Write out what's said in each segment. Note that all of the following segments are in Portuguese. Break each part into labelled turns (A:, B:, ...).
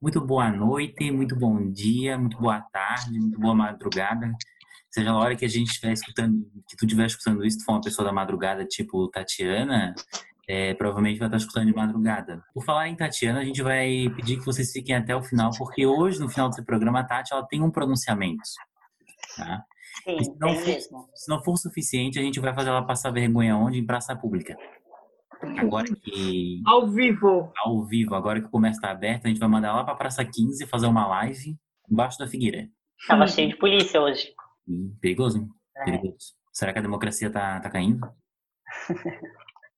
A: Muito boa noite, muito bom dia, muito boa tarde, muito boa madrugada. Seja a hora que a gente estiver escutando, que tu estiver escutando isso, tu for uma pessoa da madrugada, tipo Tatiana, é, provavelmente vai estar escutando de madrugada. Por falar em Tatiana, a gente vai pedir que vocês fiquem até o final, porque hoje, no final desse programa, a Tati ela tem um pronunciamento. Tá?
B: Sim,
A: E se não
B: tem
A: for-
B: mesmo.
A: Se não for suficiente, a gente vai fazer ela passar vergonha onde? Em praça pública. Agora que
C: Ao vivo.
A: ao vivo, agora que o comércio está aberto, a gente vai mandar lá para Praça 15 fazer uma live embaixo da figueira.
B: Tava cheio de polícia hoje.
A: Hum, Perigoso, hein?
B: É.
A: Perigoso. Será que a democracia tá, tá caindo?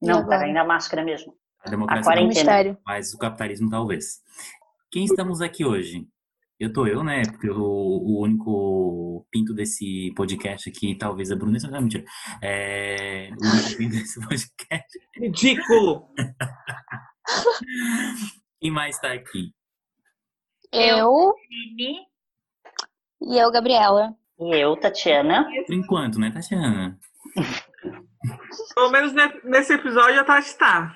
D: E
B: Não,
D: agora?
B: tá ainda a máscara mesmo.
A: A democracia
B: A
D: Um
A: não,
B: quarentena.
D: mistério.
A: mas o capitalismo talvez. Quem estamos aqui hoje? Eu tô eu, né? Porque eu- o único pinto desse podcast aqui, talvez a Bruna, isso não é mentira. É, o único pinto desse podcast.
C: Ridículo.
A: Quem mais tá aqui?
D: Eu
E: Mimi,
D: e eu, Gabriela.
B: E eu, Tatiana.
A: Por enquanto, né, Tatiana?
C: Pelo menos ne- nesse episódio já tá está.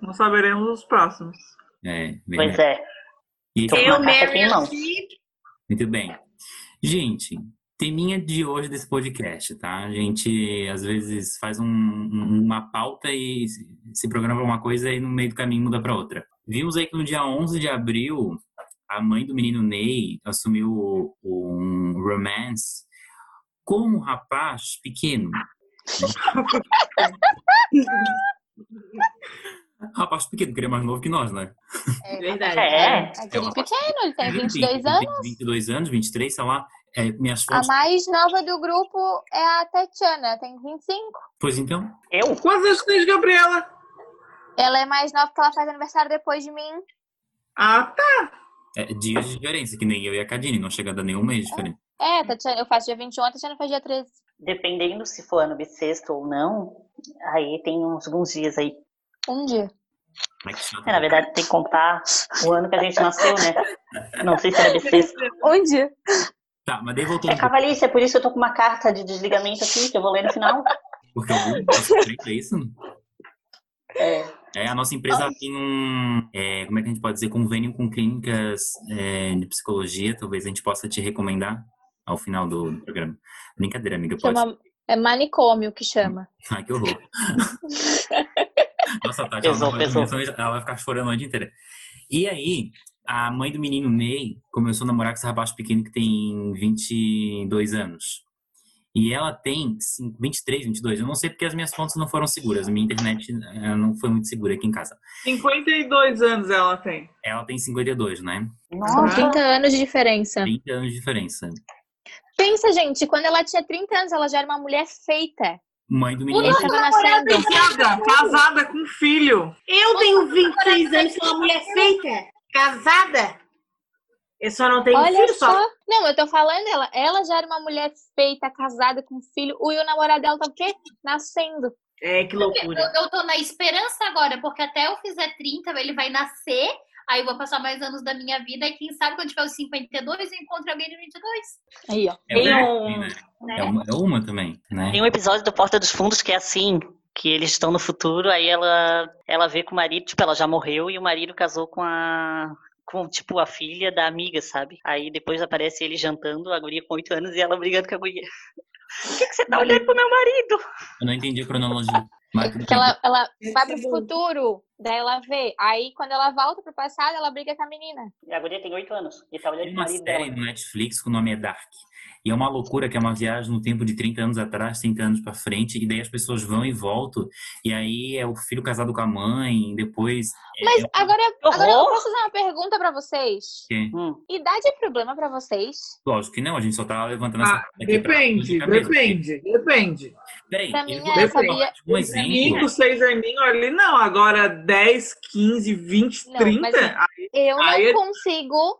C: Não saberemos os próximos.
A: É,
B: Pois
A: verdade.
B: é.
A: E-
B: Tô com
E: eu,
B: uma carta aqui
E: Mary,
B: em mãos.
E: aqui.
A: Muito bem. Gente, teminha de hoje desse podcast, tá? A gente às vezes faz um- um- uma pauta e se- se programa pra uma coisa e no meio do caminho muda pra outra. Vimos aí que no dia 11 de abril, a mãe do menino Ney assumiu um romance com um rapaz pequeno. Rapaz pequeno, porque ele é mais novo que nós, né?
C: Verdade.
B: É.
D: Aquele
A: Ela-
D: pequeno, ele tem
A: Ele
D: 22
A: tem
D: anos.
A: 22 anos, 23, sei lá. É, minhas
D: A
A: fotos.
D: mais nova do grupo é a Tatiana, tem 25.
A: Pois então.
B: Eu?
C: Quantos anos tem de Gabriela?
D: Ela é mais nova porque ela faz aniversário depois de mim.
C: Ah, tá.
A: É, dias de diferença, que nem eu e a Cadine, não chegando a nenhum mês de diferença.
D: É, Tatiana, eu faço dia 21, a Tatiana faz dia 13.
B: Dependendo se for ano bissexto ou não, aí tem uns alguns dias aí.
D: Um dia.
A: Ai, que chato.
B: É, na verdade, tem que contar o ano que a gente nasceu, né? Não sei se era bissexto.
D: Um dia.
A: Tá, mas daí voltou
B: É
A: um pouco,
B: cavalícia, por isso eu tô com uma carta de desligamento aqui, que eu vou ler no final.
A: porque eu nossa, treta, é isso?
B: É.
A: É, a nossa empresa tem um, é, como é que a gente pode dizer, convênio com clínicas é, de psicologia, talvez a gente possa te recomendar ao final do, do programa. Brincadeira, amiga, pode.
D: Chama, é manicômio que chama.
A: Ai, que horror. Nossa, Tati, ela, não
B: Pesou,
A: vai
B: pesou.
A: dormir, ela vai ficar chorando a noite inteira. E aí, a mãe do menino Ney começou a namorar com esse rapaz pequeno que tem 22 anos. E ela tem cin- 23, 22. Eu não sei porque as minhas fontes não foram seguras. Minha internet eh, não foi muito segura aqui em casa.
C: 52 anos ela tem.
A: Ela tem 52, né?
D: Com
B: Nossa,
D: 30 anos de diferença.
A: 30 anos de diferença.
D: Pensa, gente, quando ela tinha 30 anos, ela já era uma mulher feita. é
A: Mãe do menino
D: Ele tava nascendo.
C: Então, Casada, casada com um filho.
E: eu tenho 26 anos, sou uma mulher feita, casada. Eu só não tenho
D: Olha
E: filho,
D: só.
E: só.
D: Não, eu tô falando ela. Ela já era uma mulher feita, casada com filho. O e o namorado dela tá o quê? Nascendo.
C: É, que loucura.
F: Eu, eu tô na esperança agora, porque até eu fizer 30, ele vai nascer, aí eu vou passar mais anos da minha vida, e quem sabe quando tiver os 52, eu encontro alguém de 22.
D: Aí, ó.
A: é,
C: tem
A: uma,
C: um-
A: né? é, uma, é uma também, né?
B: Tem um episódio do Porta dos Fundos que é assim, que eles estão no futuro, aí ela, ela vê que o marido, tipo, ela já morreu e o marido casou com a com, tipo, a filha da amiga, sabe? Aí depois aparece ele jantando, a guria com oito anos e ela brigando com a guria. Por que, que você tá olhando pro meu marido?
A: Eu não entendi a cronologia. Mas tudo
D: Porque
A: bem.
D: ela, ela vai
E: é
D: pro futuro, daí ela vê. Aí, quando ela volta pro passado, ela briga com a menina.
B: E a guria tem oito anos e tá olhando
A: Tem
B: pro
A: uma
B: marido
A: série
B: dela.
A: no Netflix que o nome é Dark. E é uma loucura que é uma viagem no tempo de 30 anos atrás, 30 anos pra frente, e daí as pessoas vão e voltam. E aí é o filho casado com a mãe, e depois. é-
D: Mas
A: é o
D: agora,
B: horror!
D: agora eu posso fazer uma pergunta pra vocês?
A: quê?
B: Hum.
D: Idade é problema pra vocês?
A: Lógico que não, a gente só tá levantando essa.
C: Ah,
A: aqui pra-
C: depende,
A: pra mesmo.
C: depende, depende.
A: Peraí,
D: Pra
A: eu
D: mim,
A: vou
C: é,
A: eu vou
D: sabia-
A: falar de um exemplo.
C: 5, 6 aninhos ali, não. Agora 10, 15, 20,
D: Não,
C: 30.
D: mas- é- Eu não
C: Aí-
D: consigo.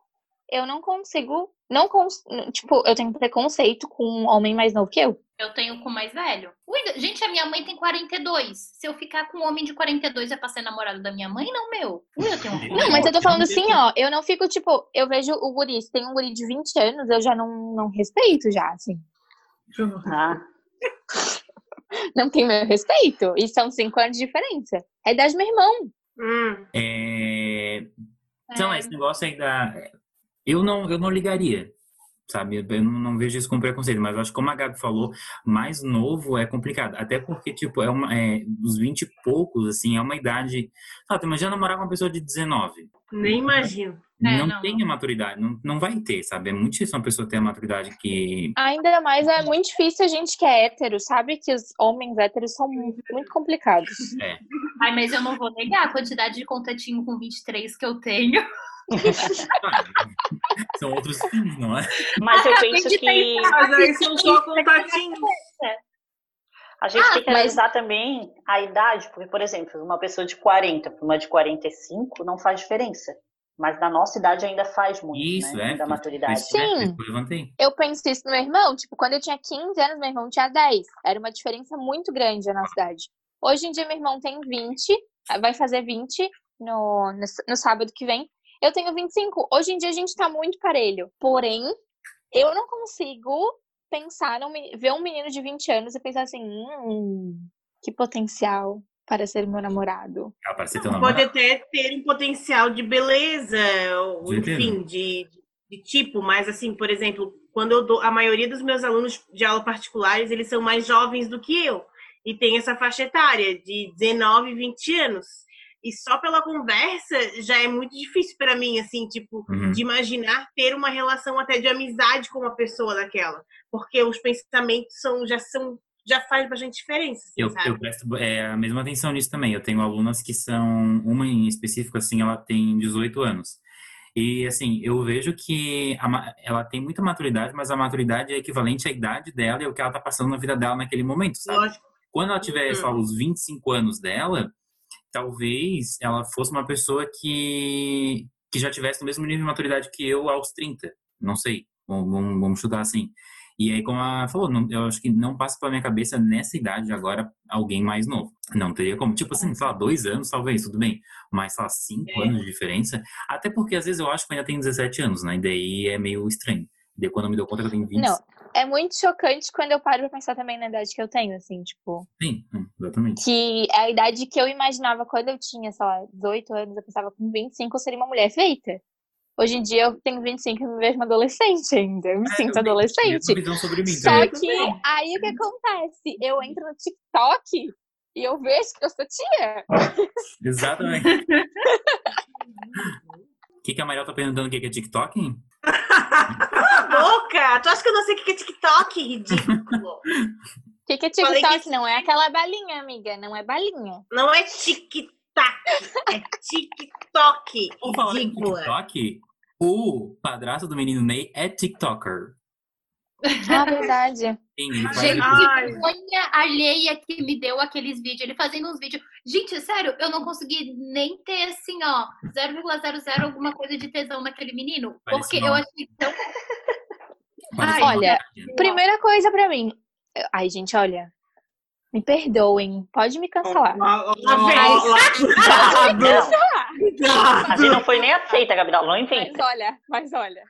D: Eu não consigo. Não cons... Tipo, eu tenho preconceito com um homem mais novo que eu.
F: Eu tenho com o mais velho. Ui, gente, a minha mãe tem 42. Se eu ficar com um homem de 42, é pra ser namorado da minha mãe, não meu. Ui, eu tenho um
A: Então,
D: Não, mas eu tô falando assim, ó. Eu não fico, tipo, eu vejo o guri. Se tem um guri de 20 anos, eu já não, não respeito, já, assim.
C: Deixa eu ver.
B: Ah,
D: Não tem meu respeito. E são 5 anos de diferença. É idade do meu irmão.
E: Hum,
A: É,
F: né?
A: Então, esse negócio aí da. Eu não, eu não ligaria, sabe? Eu não, não vejo isso como preconceito, mas acho que como a Gabi falou, mais novo é complicado. Até porque, tipo, é uma, é, dos 20 e poucos, assim, é uma idade. Ah, tu imagina namorar com uma pessoa de 19.
E: Nem imagino.
F: É,
A: não,
F: não,
A: tem a maturidade, não, não vai ter, sabe? É muito difícil uma pessoa ter a maturidade que.
D: Ainda mais é muito difícil a gente que é hétero, sabe? Que os homens héteros são muito, muito complicados.
F: Ai, mas eu não vou negar a quantidade de contatinho com 23 que eu tenho.
A: São outros fins, não é?
B: Mas eu
F: Acabei
B: penso
F: de
B: que
C: Mas aí são só contatinhos.
B: a gente tem que
A: Ah,
D: mas-
B: analisar também a idade, porque, por exemplo, uma pessoa de 40 para uma de 45 não faz diferença. Mas na nossa idade ainda faz muito,
A: Isso,
B: né?
A: é.
B: Da maturidade.
A: Isso, né?
D: Sim.
A: Isso que eu levantei.
D: Eu penso isso no meu irmão, tipo, quando eu tinha 15 anos, meu irmão tinha 10. Era uma diferença muito grande a nossa idade. Hoje em dia, meu irmão tem 20, vai fazer 20 no, no, s- no sábado que vem. Eu tenho 25. Hoje em dia, a gente tá muito parelho. Porém, eu não consigo pensar, num meni- ver um menino de 20 anos e pensar assim, hum, que potencial para ser meu namorado.
A: Ah, para ser teu
E: Pode
A: namorado.
E: até ter um potencial de beleza, ou,
A: De
E: enfim, de, de tipo, mas assim, por exemplo, quando eu dou. A maioria dos meus alunos de aula particulares, eles são mais jovens do que eu. E tem essa faixa etária de 19, 20 anos. E só pela conversa já é muito difícil pra mim, assim, tipo,
A: Uhum.
E: de imaginar ter uma relação até de amizade com uma pessoa daquela. Porque os pensamentos são, já são. Já faz bastante diferença, assim,
A: Eu,
E: sabe?
A: eu presto é, a mesma atenção nisso também. Eu tenho alunas que são, uma em específico, assim, ela tem 18 anos. E, assim, eu vejo que a ma- ela tem muita maturidade, mas a maturidade é equivalente à idade dela e o que ela tá passando na vida dela naquele momento, sabe?
E: Lógico.
A: Quando ela tiver,
D: Hum.
E: Uhum.
A: sei lá, os 25 anos dela, talvez ela fosse uma pessoa que, que já tivesse no mesmo nível de maturidade que eu aos 30. Não sei. Vamos, vamos- vamos chutar assim. E aí, como ela falou, não- eu acho que não passa pela minha cabeça nessa idade agora alguém mais novo. Não teria como. Tipo assim, sei lá, dois anos talvez, tudo bem. Mas, sei lá, cinco
D: É.
A: anos de diferença. Até porque às vezes eu acho que eu ainda tenho 17 anos, né? E daí é meio estranho. Daí quando eu me dou conta que eu tenho 20.
D: Não, é muito chocante quando eu paro pra pensar também na idade que eu tenho, assim, tipo...
A: Sim, hum, exatamente.
D: que é a idade que eu imaginava quando eu tinha, sei lá, 18 anos, eu pensava com 25 eu seria uma mulher feita. Hoje em dia eu tenho 25 e me vejo uma adolescente ainda. Eu me sinto
A: É, Ah, eu tenho
D: adolescente.
A: Mesma visão sobre mim, então.
D: Só
A: também.
D: que aí o que acontece? Eu entro no TikTok e eu vejo que eu sou tia.
A: Exatamente. O que, que a Mariel tá perguntando? O que, que é TikTok? hein?
E: Boca! Tu acha que eu não sei o que é TikTok, ridículo?
D: O que, que é
E: Falei que-
D: TikTok? Não é aquela balinha, amiga. Não é balinha.
E: Não é tic-tac, é TikTok.
A: Por falar em
E: Ridícula.
A: TikTok, o padrasto do menino Ney é TikToker.
D: Ah, verdade.
A: Sim, ele faz
F: Gente,
A: isso.
C: Ai.
F: que vergonha alheia que me deu aqueles vídeos. Ele fazendo uns vídeos. Gente, sério, eu não consegui nem ter assim, ó, 0,00 alguma coisa de tesão naquele menino.
A: Parece
F: Porque
A: não. é
F: eu achei tão.
A: Parece
F: Ai,
A: uma
D: olha,
A: piadinha.
D: Primeira coisa pra mim. eu- Ai, gente, olha. Me perdoem. Pode me cancelar. Pode me
C: Cuidado,
D: cancelar.
C: tá.
B: A gente assim, não foi nem aceita, Gabriel. Não
D: Mas
B: inventa.
D: olha, mas olha.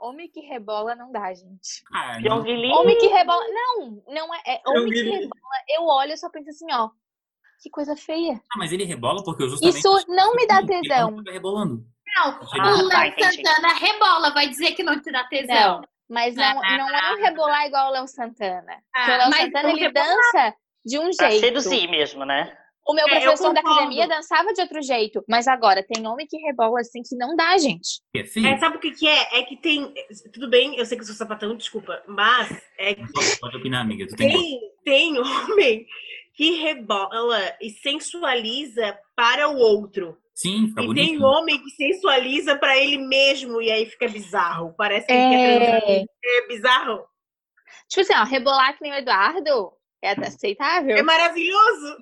D: Homem que rebola não dá, gente.
A: Ah, não,
B: Pyongyi
D: Homem que rebola. Não, não é. é homem que
C: vi.
D: rebola, eu olho e só penso assim, ó. Que coisa feia.
A: ah, mas ele rebola porque eu justamente...
D: Isso não me dá
A: Ele não
D: tesão.
A: fica rebolando.
F: Não,
A: é
B: Ah,
F: o
B: tá,
F: Léo
B: entendi.
F: Santana rebola, vai dizer que não te dá tesão.
D: Não. Mas não, não é um rebolar igual o Léo Santana. Porque o Léo
F: mas
D: Santana,
F: um
D: ele
F: rebolar.
D: dança de um
B: Pra
D: jeito.
B: seduzir mesmo, né?
D: O meu
E: É, eu
D: professor da
E: concordo.
D: academia dançava de outro jeito. Mas agora, tem homem que rebola assim que não dá, gente.
A: Que é feio.
E: É, sabe o que, que é? É que tem. Tudo bem, eu sei que eu sou sapatão, desculpa, mas é que
A: Pode- Pode opinar, amiga. Tu tem... gosto.
E: tem, tem homem que rebola e sensualiza para o outro.
A: Sim, fica
E: e
A: bonito.
E: tem homem que sensualiza para ele mesmo e aí fica bizarro. Parece que ele quer transar.
D: É.
E: é bizarro.
D: Tipo assim, ó, rebolar que nem o Eduardo é aceitável.
E: É maravilhoso.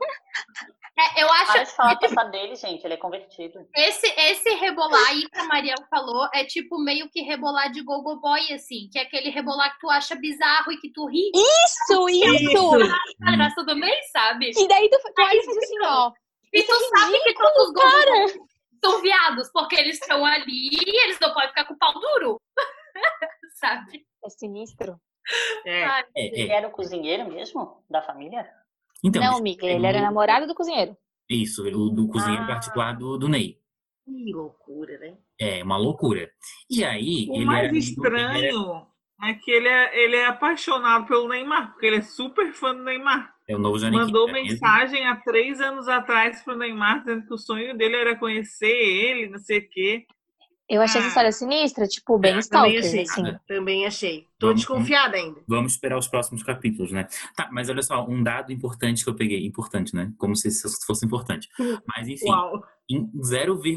F: É, eu acho
B: Para de falar passar dele, gente. Ele é convertido.
F: Esse, esse rebolar aí que a Mariel falou é tipo meio que rebolar de gogo boy, assim, que é aquele rebolar que tu acha bizarro e que tu ri
D: Isso, isso!
E: Isso.
F: na
A: Hum,
F: graça do mês, sabe?
D: E daí tu, tu
F: Ai,
D: olha e faz assim, ó.
F: E
D: isso
F: tu
D: é
F: sabe que todos os gogos são viados, porque eles estão ali e eles não podem ficar com o pau duro. sabe?
D: É sinistro.
E: É.
F: Ai,
A: É,
B: Ele
A: é.
B: era o cozinheiro mesmo da família?
A: Então,
D: não, Miguel, ele era namorado do cozinheiro.
C: Ah.
A: isso, o do cozinheiro particular do, do Ney.
E: Que loucura, né?
A: É uma loucura. E aí,
C: O
A: ele é
C: mais
A: era amigo- ele era-
C: estranho é que ele é, ele é apaixonado pelo Neymar, porque ele é super fã do Neymar.
A: é o novo Johnny
C: Mandou
A: Quintana, mesmo.
C: mensagem há três anos atrás pro Neymar, dizendo que o sonho dele era conhecer ele, não sei o quê.
D: Eu achei
E: Ah.
D: essa história sinistra, tipo, bem
A: É, Eu
E: também
D: stalker,
E: achei. né?
D: assim.
E: Também achei. Tô
A: Vamos-
E: desconfiada ainda.
A: Vamos esperar os próximos capítulos, né? Tá, mas olha só, um dado importante que eu peguei. Importante, né? Como se isso fosse importante. Mas enfim,
E: Uau.
A: em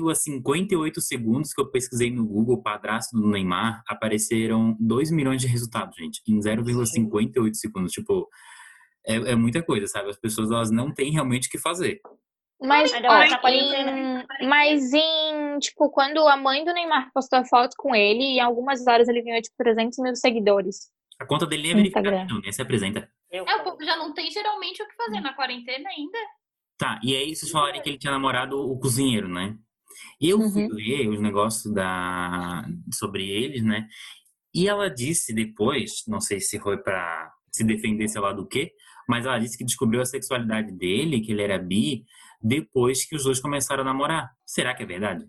A: 0,58 segundos que eu pesquisei no Google padrasto do Neymar, apareceram 2 milhões de resultados, gente. Em 0,58 segundos. Tipo, é, é muita coisa, sabe? As pessoas, elas não têm realmente o que fazer.
D: Mas,
E: Olha,
D: ó,
E: olha, tá quarentena,
D: em- mas em, tipo, quando a mãe do Neymar postou a foto com ele, em algumas horas ele ganhou, tipo, 300 mil seguidores.
A: A conta dele nem é
D: No
A: verificada,
D: Instagram.
A: não, nem se apresenta.
E: Eu
F: É, o povo já não tem geralmente o que fazer na quarentena ainda.
A: Tá, e aí vocês falaram que ele tinha namorado o cozinheiro, né? Eu fui
D: Uhum.
A: ler os negócios da... sobre eles, né? E ela disse depois, não sei se foi pra se defender, sei lá do quê, mas ela disse que descobriu a sexualidade dele, que ele era bi, depois que os dois começaram a namorar. Será que é verdade?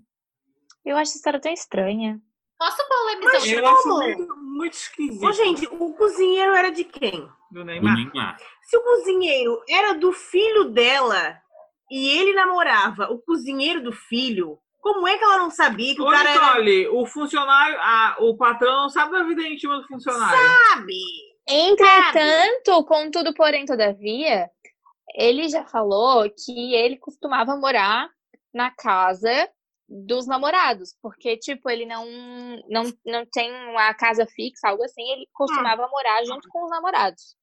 D: Eu acho essa história tão estranha.
F: Posso
E: Mas
F: polemizar?
C: Eu
E: como?
C: acho muito, é muito esquisito
E: Ô, gente, o cozinheiro era de quem?
C: do
A: Do
C: Neymar.
A: Neymar.
E: Se o cozinheiro era do filho dela e ele namorava o cozinheiro do filho, como é que ela não sabia que o
C: Ô,
E: cara era...
C: Nicole, o funcionário, a- o patrão sabe da vida íntima do funcionário.
E: Sabe?
D: Entretanto, contudo, porém, todavia, ele já falou que ele costumava morar na casa dos namorados, porque, tipo, ele não, não, não tem uma casa fixa, algo assim, ele costumava morar junto com os namorados.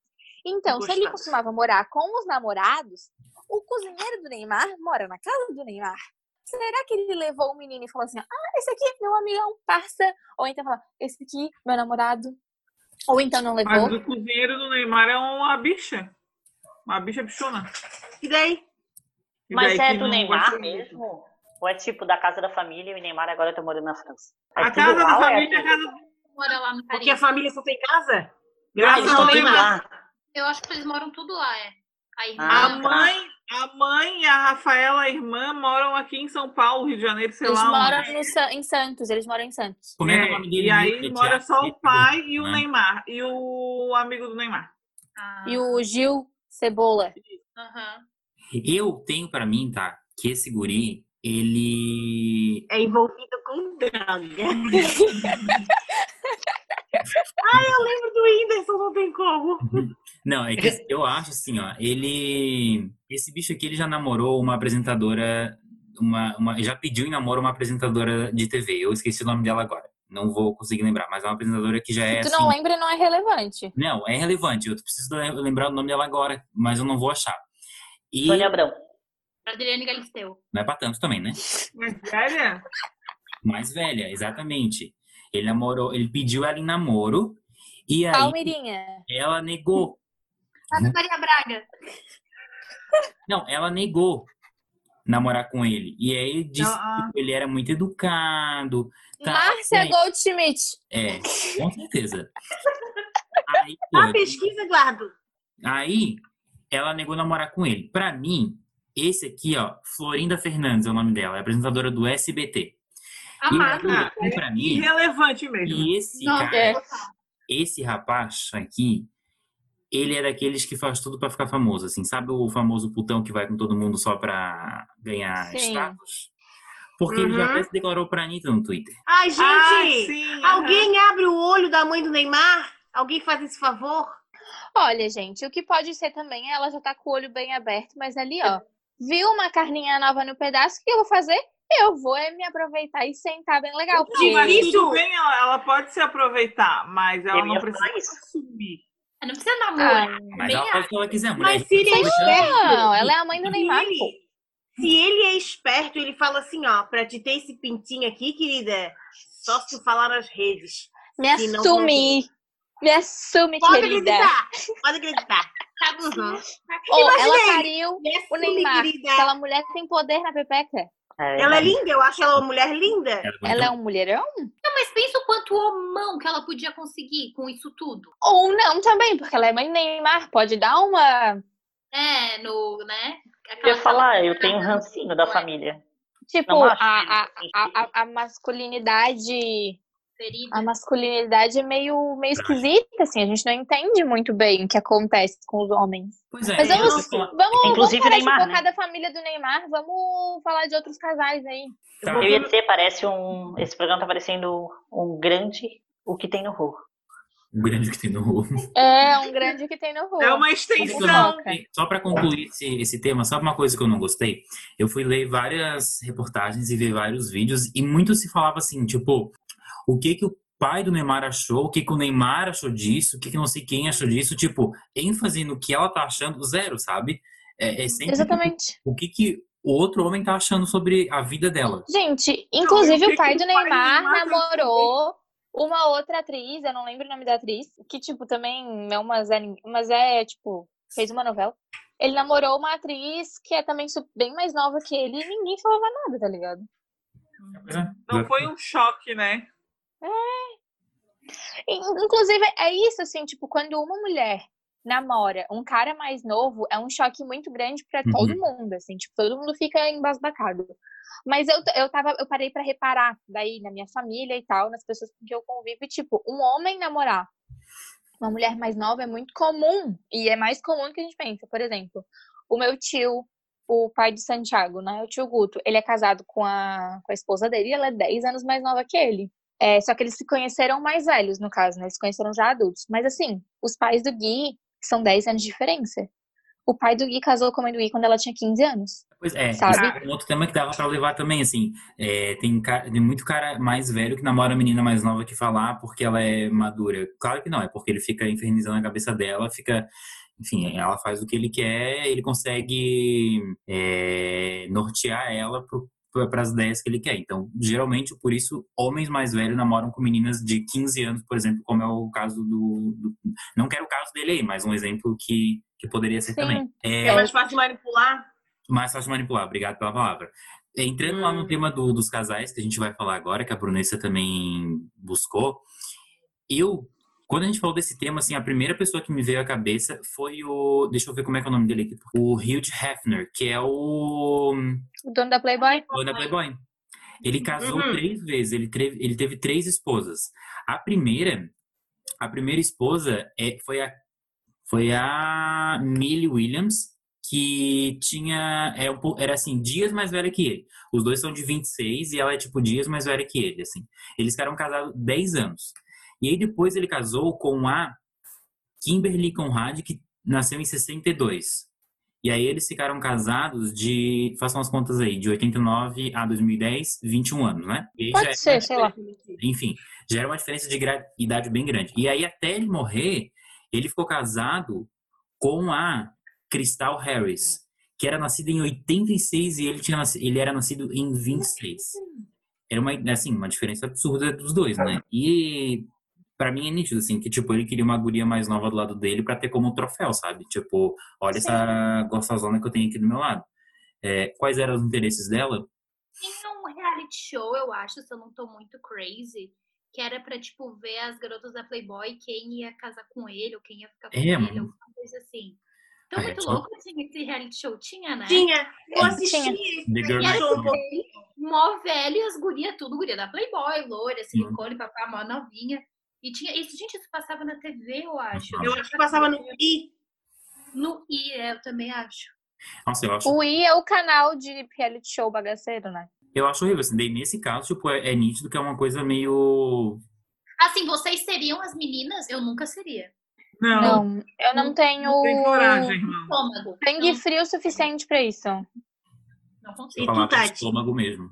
D: Então, se ele
E: Gostoso.
D: costumava morar com os namorados, o cozinheiro do Neymar mora na casa do Neymar. Será que ele levou o menino e falou assim: ah, esse aqui, meu amigão, parça? Ou então fala, esse aqui, meu namorado. Ou então não levou.
C: Mas o cozinheiro do Neymar é uma bicha. Uma bicha bichona.
E: E daí?
C: E
B: Mas
C: daí
B: é
C: que
B: do
C: não
B: Neymar
C: gosta muito.
B: mesmo? Ou é tipo da casa da família e o Neymar agora tá morando na França? É
C: A
B: tudo
C: casa da
B: igual, é
C: família é a
B: aquilo?
C: casa
F: Mora lá no
E: Porque a
F: Paris.
E: família só tem casa?
C: Graças
E: Eles
C: ao
E: só têm
C: Neymar.
E: lá.
F: Eu acho que eles moram tudo lá, é. A irmã,
C: A
B: Ah, tá.
C: mãe, a mãe e a Rafaela, a irmã, moram aqui em São Paulo, Rio de Janeiro, sei
D: Eles
C: lá. onde.
D: moram no Sa- em Santos, eles moram em Santos.
A: Como é que é o nome dele?
C: e aí
A: mesmo?
C: mora
A: Thiago?
C: só o pai e o
A: né?
C: Neymar. E o amigo do Neymar.
F: a-
D: E o Gil Cebola.
F: Aham.
A: Eu tenho pra mim, tá, que esse guri, ele
E: É envolvido com droga. Lembro do Whindersson, não tem como.
A: Não, é que eu acho assim, ó, ele. Esse bicho aqui, ele já namorou uma apresentadora. Uma, uma- já pediu em namoro uma apresentadora de TV. Eu esqueci o nome dela agora. Não vou conseguir lembrar, mas é uma apresentadora que já é
D: Se tu
A: assim.
D: não lembra, não é relevante.
A: Não, é relevante. Eu preciso lem- lembrar o nome dela agora, mas eu não vou achar. E
B: Sônia Abrão.
F: Adriane Galisteu.
A: não é pra tanto também, né?
C: Mas velha,
A: Mais velha, exatamente. Ele namorou, ele pediu ela em namoro e aí
D: Palmeirinha.
A: ela negou.
F: Ana Maria Braga.
A: Não, ela negou namorar com ele. E aí ele disse
C: Ah.
A: que Tipo, ele era muito educado. Tá,
D: Márcia
A: ok.
D: Goldschmidt.
A: É, com certeza. Aí, pô,
E: A pesquisa, Eduardo.
A: aí ela negou namorar com ele. Pra mim, esse aqui, ó, Florinda Fernandes é o nome dela, é apresentadora do SBT.
F: Amada.
A: E aí, pra mim,
C: irrelevante mesmo.
A: e esse
F: Nossa,
E: é.
D: É.
A: cara,
F: total.
A: esse rapaz aqui, ele é daqueles que faz tudo pra ficar famoso, assim, sabe o famoso putão que vai com todo mundo só pra ganhar
D: Sim.
A: status? Porque ele já
E: Uhum.
A: até se declarou pra Anitta no Twitter.
E: Ai, gente,
C: Ah, sim, aham.
E: alguém abre o olho da mãe do Neymar? Alguém faz esse favor?
D: Olha, gente, o que pode ser também é ela já tá com o olho bem aberto, mas ali, ó. Viu uma carninha nova no pedaço, o que eu vou fazer? Eu vou é me aproveitar e sentar bem legal. Porque...
C: Não, mas
E: Isso.
C: tudo bem, ela, ela pode se aproveitar, mas ela
B: Eu
C: não
B: ia
C: precisa
B: falar isso.
C: assumir.
F: Não precisa namorar.
D: Ah,
A: Mas ela
F: Bem
A: faz o que ela quiser, mulher. né?
E: Mas se ele é esperto.
D: não, ela é a mãe do Neymar,
E: se
D: pô.
E: ele, se ele é esperto, ele fala assim: ó, pra te ter esse pintinho aqui, querida, é só se tu falar nas redes.
D: Me
E: Se não,
D: assume. Me assume,
E: Pode
D: querida.
E: acreditar, pode acreditar.
F: Uhum.
D: Ou ela
E: Imagina
D: pariu
E: Me
D: o
E: assume,
D: Neymar.
E: querida.
D: Aquela mulher tem poder na pepeca.
E: Ela
B: né?
E: é linda, eu acho ela uma mulher linda.
D: Ela é um mulherão?
F: Não, mas pensa o quanto homão que ela podia conseguir com isso tudo.
D: Ou não também, porque ela é mãe do Neymar. Pode dar uma
F: É, no, né?
B: Eu
F: Aquela
B: ia falar, eu tenho um rancinho da família.
D: Tipo,
B: Não
D: a,
B: acho
D: a,
B: isso.
D: a, a- a masculinidade.
F: ferida.
D: A masculinidade é meio, meio esquisita, assim. A gente não entende muito bem o que acontece com os homens.
A: Pois é.
D: Mas
A: eu
D: vamos,
A: tô-
D: vamos, vamos
B: Inclusive
D: parar
B: Neymar,
D: de
B: né?
D: focar da família do Neymar. Vamos falar de outros casais aí.
A: tá.
B: Eu ia dizer, parece um. Esse programa tá parecendo um grande o que tem no Ru.
A: O Um grande que tem no rolo.
D: É, um grande que tem no rolo.
C: É uma
A: Isso
C: extensão.
A: não.
D: Fofoca.
A: Só para concluir esse, esse tema, só uma coisa que eu não gostei. Eu fui ler várias reportagens e ver vários vídeos e muito se falava assim, tipo, o que que o pai do Neymar achou, o que que o Neymar achou disso, o que que não sei quem achou disso, tipo, ênfase no que ela tá achando, zero, sabe? É, é sempre
D: Exatamente.
A: o que que o outro homem tá achando sobre a vida dela.
D: Gente, inclusive
C: eu
D: o pai
C: sei que
D: do
C: o pai do
D: Neymar
C: Neymar tem
D: namorou uma outra atriz, eu não lembro o nome da atriz, que, tipo, também é uma Zé, Nin- uma Zé, tipo, fez uma novela. Ele namorou uma atriz que é também su- bem mais nova que ele e ninguém falava nada, tá ligado?
C: Não foi um choque, né?
D: In- Inclusive, é isso, assim, tipo, quando uma mulher namora um cara mais novo, é um choque muito grande pra
A: Uhum.
D: todo mundo, assim, tipo, todo mundo fica embasbacado. Mas eu, t- eu tava, eu parei pra reparar daí na minha família e tal, nas pessoas com que eu convivo, e, tipo, um homem namorar uma mulher mais nova é muito comum, e é mais comum do que a gente pensa. Por exemplo, o meu tio, o pai de Santiago, né, o tio Guto, ele é casado com a, com a esposa dele, e ela é 10 anos mais nova que ele. É, só que eles se conheceram mais velhos, no caso, né? Eles se conheceram já adultos. Mas assim, os pais do Gui são 10 anos de diferença. O pai do Gui casou com a mãe do Gui quando ela tinha 15 anos.
A: Pois é,
D: Sabe?
A: isso é um outro tema que dava pra levar também, assim. É, tem, ca- tem muito cara mais velho que namora a menina mais nova que falar porque ela é madura. Claro que não, é porque ele fica infernizando a cabeça dela, fica. Enfim, ela faz o que ele quer, ele consegue é, nortear ela para as ideias que ele quer. Então, geralmente, por isso, homens mais velhos namoram com meninas de 15 anos, por exemplo, como é o caso do. do- não quero o caso dele aí, mas um exemplo que, que poderia ser também. É,
E: É mais fácil manipular.
A: mais fácil manipular, obrigado pela palavra. É, Entrando lá no tema do- dos casais, que a gente vai falar agora, que a Brunessa também buscou, eu, quando a gente falou desse tema, assim, a primeira pessoa que me veio à cabeça foi o. Deixa eu ver como é que é o nome dele aqui. O Hugh Hefner, que é o.
D: O dono da Playboy?
A: O da Playboy. Ele casou
E: Uhum.
A: três vezes, ele teve, ele teve três esposas. A primeira, a primeira esposa é, foi a foi a Millie Williams, que tinha é um pou- era assim, dias mais velha que ele. Os dois são de 26 e ela é tipo dias mais velha que ele, assim. Eles ficaram casados 10 anos. E aí depois ele casou com a Kimberly Conrad, que nasceu em 62. E aí eles ficaram casados de, façam as contas aí, de 89 a 2010, 21 anos, né? E aí já é-
D: Pode ser, sei lá.
A: enfim, já era uma diferença de gra- idade bem grande. E aí, até ele morrer, ele ficou casado com a Crystal Harris, que era nascida em 86 e ele, tinha, nasci- ele era nascido em 26. Era uma, assim, uma diferença absurda dos dois, né? E pra mim é nítido, assim, que, tipo, ele queria uma guria mais nova do lado dele pra ter como troféu, sabe? Tipo, olha essa gostosona que eu tenho aqui do meu lado. É, quais eram os interesses dela?
F: Tinha um reality show, eu acho, se eu não tô muito crazy, que era pra, tipo, ver as garotas da Playboy, quem ia casar com ele, ou quem ia ficar com
A: É,
F: ele,
A: mano.
F: alguma coisa assim. Então,
A: Ah, é,
F: muito
A: só-
F: louco assim, esse reality show tinha, né?
E: Tinha.
D: É,
E: Eu assistia esse
A: The Girl
F: E era
A: Next
E: show um
A: Door.
E: pouco.
F: ele, mó velho, e as gurias tudo, guria da Playboy, loira, silicone, papá, mó novinha. E tinha isso, gente, isso passava na TV, eu acho.
A: Uhum.
E: Eu acho que passava no I.
F: No I, é, eu também acho.
A: Nossa, eu acho
D: O I é o canal de reality show bagaceiro, né?
A: Eu acho horrível, assim, daí nesse caso, tipo, é, é nítido que é uma coisa meio.
F: Assim, vocês seriam as meninas? Eu nunca seria.
C: Não. Não,
D: Não, eu não tenho
C: tem coragem, irmão.
F: Estômago.
D: sangue frio o suficiente pra isso.
F: Não, não
A: Eu
F: consigo.
E: E tu,
A: falava de
E: Tati?
A: estômago mesmo.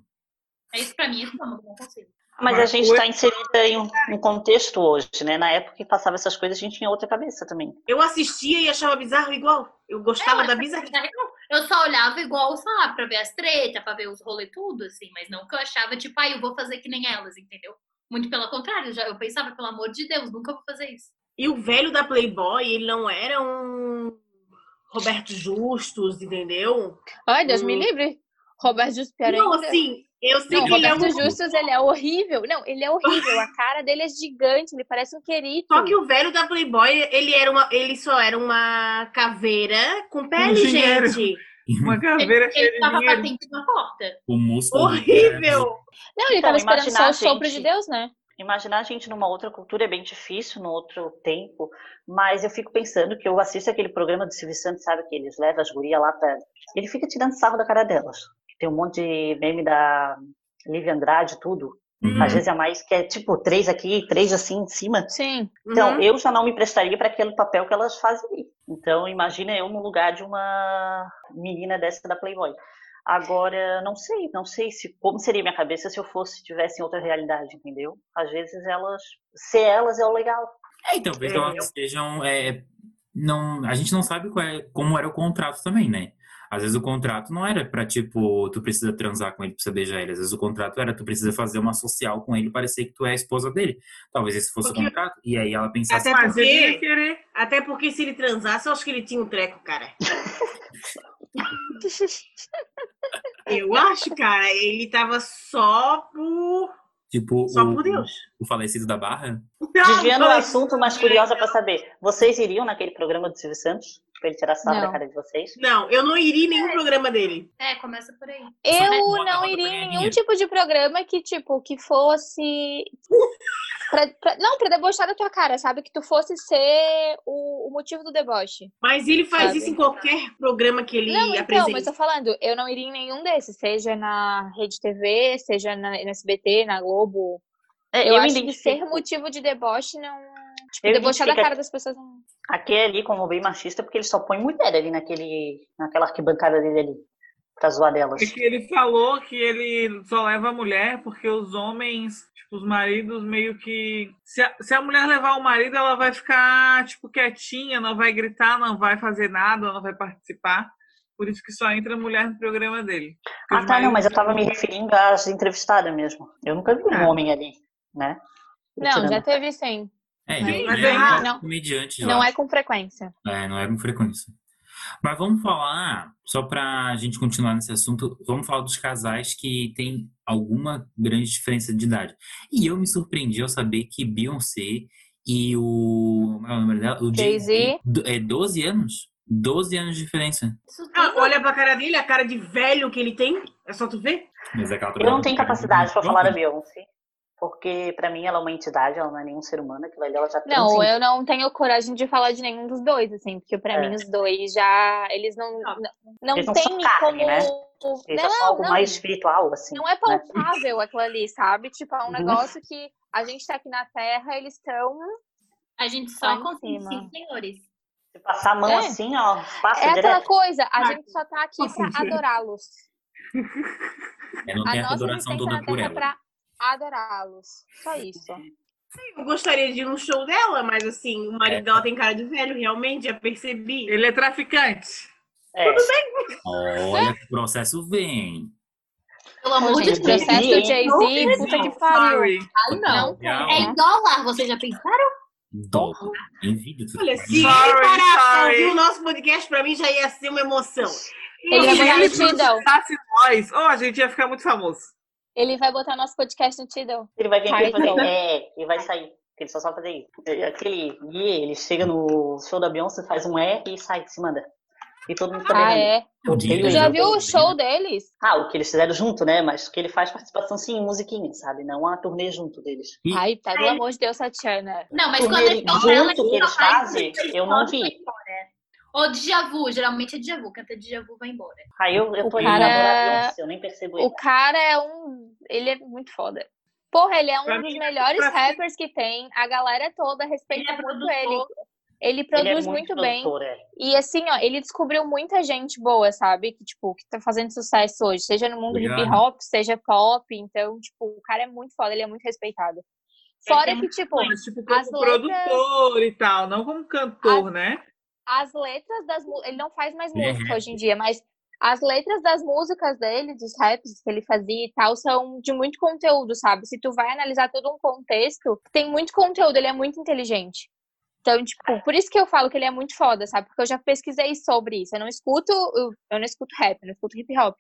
F: É isso pra mim, é estômago, não consigo.
B: Mas a
C: Mas
B: gente
C: foi-
B: está inserida em um um contexto hoje, né? Na época que passava essas coisas, a gente tinha outra cabeça também.
E: Eu assistia e achava bizarro igual. Eu gostava
F: É,
D: É,
E: da bizarra.
F: Eu só olhava igual, sei lá, pra ver as tretas, pra ver os rolê tudo, assim, mas não que eu achava, tipo, ah, eu vou fazer que nem elas, entendeu? Muito pelo contrário, eu já, eu pensava, pelo amor de Deus, nunca vou fazer isso.
E: E o velho da Playboy, ele não era um Roberto Justus, entendeu?
D: Ai, Deus me
E: Hum.
D: livre. Roberto Justus pior
E: não,
D: ainda.
E: assim, eu sei
D: Não,
E: que ele é um.
D: Roberto Justus, ele é horrível. Não, ele é horrível. A cara dele é gigante, ele parece um querido.
E: Só que o velho da Playboy, ele era uma. Ele só era uma caveira com pele,
C: Engenheiro.
E: gente.
C: Uma caveira cheia
F: Ele
C: de
F: tava
C: dinheiro.
F: batendo na porta.
A: O músculo. né?
E: Horrível!
D: Não, ele
B: Então,
D: tava esperando só
B: imaginar,
D: o sopro
B: gente.
D: de Deus, né?
B: Imaginar a gente numa outra cultura é bem difícil, num outro tempo, mas eu fico pensando que eu assisto aquele programa do Silvio Santos, sabe, que eles levam as gurias lá pra... Ele fica tirando sarro da cara delas. Tem um monte de meme da Lívia Andrade, tudo.
A: Uhum.
B: Às vezes é mais que é tipo três aqui, três assim em cima.
D: Sim.
B: Então,
E: Uhum.
B: eu já não me prestaria para aquele papel que elas fazem ali. Então, imagina eu no lugar de uma menina dessa da Playboy. Agora, não sei, não sei se como seria minha cabeça se eu fosse tivesse em outra realidade, entendeu? Às vezes elas, ser elas é o legal.
A: É, e talvez
E: É,
A: elas
E: eu-
A: sejam. é, não, a gente não sabe qual é- como era o contrato também, né? Às vezes o contrato não era pra, tipo, tu precisa transar com ele pra você beijar ele. Às vezes o contrato era tu precisa fazer uma social com ele e parecer que tu é a esposa dele. Talvez esse fosse
E: Porque-
A: o contrato. E aí ela pensasse.
E: Até
A: "Ah,
C: Mas ele ia
E: Por quê?
C: querer.
E: Até porque se ele transasse, eu acho que ele tinha um treco, cara. Eu acho, cara, ele tava só por.
A: Tipo,
E: Só
A: o,
E: por Deus.
A: o falecido da Barra?
B: Desviando o
E: mas-
B: assunto, mas curiosa para saber, vocês iriam naquele programa do Silvio Santos para ele tirar sarro
D: Não.
B: da cara de vocês?
E: É. Não, eu não iria em nenhum programa dele.
F: É, começa por aí.
A: Só tem
D: Eu
A: moda,
D: não
A: moda
D: iria
A: pra ganhar
D: em nenhum
A: dinheiro.
D: tipo de programa que, tipo, que fosse. pra- pra- não, pra debochar da tua cara, sabe? Que tu fosse ser o, o motivo do deboche.
E: Mas ele faz
D: Sabe?
E: isso em qualquer programa que ele
D: não, então, mas
E: apresenta.
D: tô falando, eu não iria em nenhum desses, seja na Rede TV, seja na, na SBT, na Globo.
B: É,
D: Eu, acho que
B: identifico.
D: ser motivo de deboche não. Tipo,
B: Eu
D: debochar da
B: identifico-
D: cara das pessoas não.
B: Aquele ali, como bem machista, porque ele só põe mulher ali naquele, naquela arquibancada dele ali, pra zoar delas.
C: É que ele falou que ele só leva a mulher porque os homens, tipo, os maridos meio que. Se a, se a mulher levar o marido, ela vai ficar, tipo, quietinha, não vai gritar, não vai fazer nada, não vai participar. Por isso que só entra mulher no programa dele. Porque
B: Ah,
C: os
B: tá, não,
C: maridos
B: mas eu tava
C: são-
B: me referindo às entrevistadas mesmo. Eu nunca vi um
C: Ah.
B: homem ali, né?
D: Não, já
B: Tirando.
D: teve sim.
A: É,
D: Sim,
A: ele
C: mas
A: é
C: é-
A: um
D: não.
A: comediante já.
D: Não é com frequência.
A: É, não é com frequência. Mas vamos falar, só para a gente continuar nesse assunto, vamos falar dos casais que têm alguma grande diferença de idade. E eu me surpreendi ao saber que Beyoncé e o. Como é o nome dela? O
D: Jay-Z.
A: do- É 12 anos? 12 anos de diferença.
F: Isso tudo
E: Ah, olha pra cara dele, a cara de velho que ele tem. É só tu ver.
A: Mas é que ela
B: Eu não
D: um
A: trabalha
B: tenho
A: com
B: capacidade pra
A: jovem.
B: falar da Beyoncé, porque pra mim ela é uma entidade, ela não é nenhum ser humano, aquilo ali ela já tem.
D: Não,
B: assim,
D: eu não tenho coragem de falar de nenhum dos dois, assim, porque pra
B: É.
D: mim os dois já. Eles não.
E: Não.
D: Não, não
B: Eles não
D: tem
B: são carne,
D: como.
B: né? eles já são
D: Não,
B: algo
D: não.
B: mais espiritual, assim.
D: Não é palpável aquilo ali, sabe? Tipo, é um
B: Uhum.
D: negócio que a gente tá aqui na Terra, eles estão.
F: A gente
D: Lá
F: só
D: em
F: consente
D: cima.
F: sim, senhores.
B: Se passar a mão
D: É.
B: assim, ó, passa
D: É aquela
B: direto.
D: coisa, a
E: Ah,
D: gente só tá aqui pra
C: sim.
D: adorá-los.
A: É, não
D: A
A: tem essa
D: nossa
A: adoração
D: existência
A: toda
D: na
A: por
D: Terra é
A: ela.
D: pra adorá-los. Só isso.
E: Eu gostaria de ir num show dela, mas assim, o marido
A: É.
E: dela tem cara de velho, realmente, já percebi.
C: Ele é traficante.
B: É.
A: Olha, que o processo vem.
F: Pelo amor de
D: gente,
B: gente, é
D: o
F: Deus.
B: Jay-Z,
D: processo do
B: hein?
D: Jay-Z, puta que pariu.
C: Sorry.
F: Ai, não.
D: Não tem,
F: É
D: né?
F: em dólar, vocês já pensaram?
A: Dobro. Em vídeo. tudo
E: Olha,
A: bem.
E: se ele
C: Sorry,
E: parar pra
C: sorry.
E: ouvir o nosso podcast, pra mim já ia ser uma emoção.
D: Ele vai
C: Se
D: ganhar no
C: ele
D: Tidal.
C: processasse nós, oh, a gente ia ficar muito famoso.
D: Ele vai botar nosso podcast no Tidal.
B: Ele vai vir aqui e
D: Vai,
B: fazer.
D: não.
B: É, ele vai sair. porque Ele só sabe fazer isso. Aquele guia, ele chega no show da Beyoncé, faz um R e sai, se manda. E todo mundo tá
D: Ah,
B: vendo.
D: é.
A: É um dinheiro
D: Tu
B: Ele
D: já
B: jogou
D: viu o
A: bem, né?
D: show deles?
B: Ah, o que eles fizeram junto, né? Mas que ele faz participação sim em musiquinha, sabe? Não a turnê junto deles.
A: E-
D: Ai, pelo amor de Deus, Tatiana.
F: Não, mas
B: Turnê
F: quando é eles
B: junto
F: estão ela,
B: que eles fazem, eu não vi.
F: Ou déjà vu, geralmente é déjà vu, canta déjà vu, vai embora.
B: Aí eu, eu
D: O
B: tô indo
D: cara-
B: agora a Beyoncé, eu nem percebo
D: O
B: ele.
D: cara é um. Ele é muito foda. Porra, ele é um
C: Pra
D: dos
C: mim,
D: melhores
C: pra-
D: rappers que tem. A galera toda respeita
F: Ele é
D: muito
F: produtor.
D: ele. Ele
B: Ele
D: produz
B: é
D: muito,
B: muito,
D: bem.
B: produtor, é.
D: E assim, ó, ele descobriu muita gente boa, sabe? Que, tipo, que tá fazendo sucesso hoje. Seja no mundo
A: Obrigado.
D: hip hop, seja pop. Então, tipo, o cara é muito foda, ele é muito respeitado. Fora
F: tem
D: que, tipo,
C: Mas, tipo, como
D: as letras-
C: produtor e tal, não como cantor, né?
D: as letras das músicas. Ele não faz mais
A: Ele é
D: música
A: rapper.
D: hoje em dia, mas as letras das músicas dele, dos raps que ele fazia e tal, são de muito conteúdo, sabe? Se tu vai analisar todo um contexto, tem muito conteúdo, ele é muito inteligente. Então, tipo, por isso que eu falo que ele é muito foda, sabe? Porque eu já pesquisei sobre isso. Eu não escuto, eu, eu não escuto rap, eu não escuto hip hop.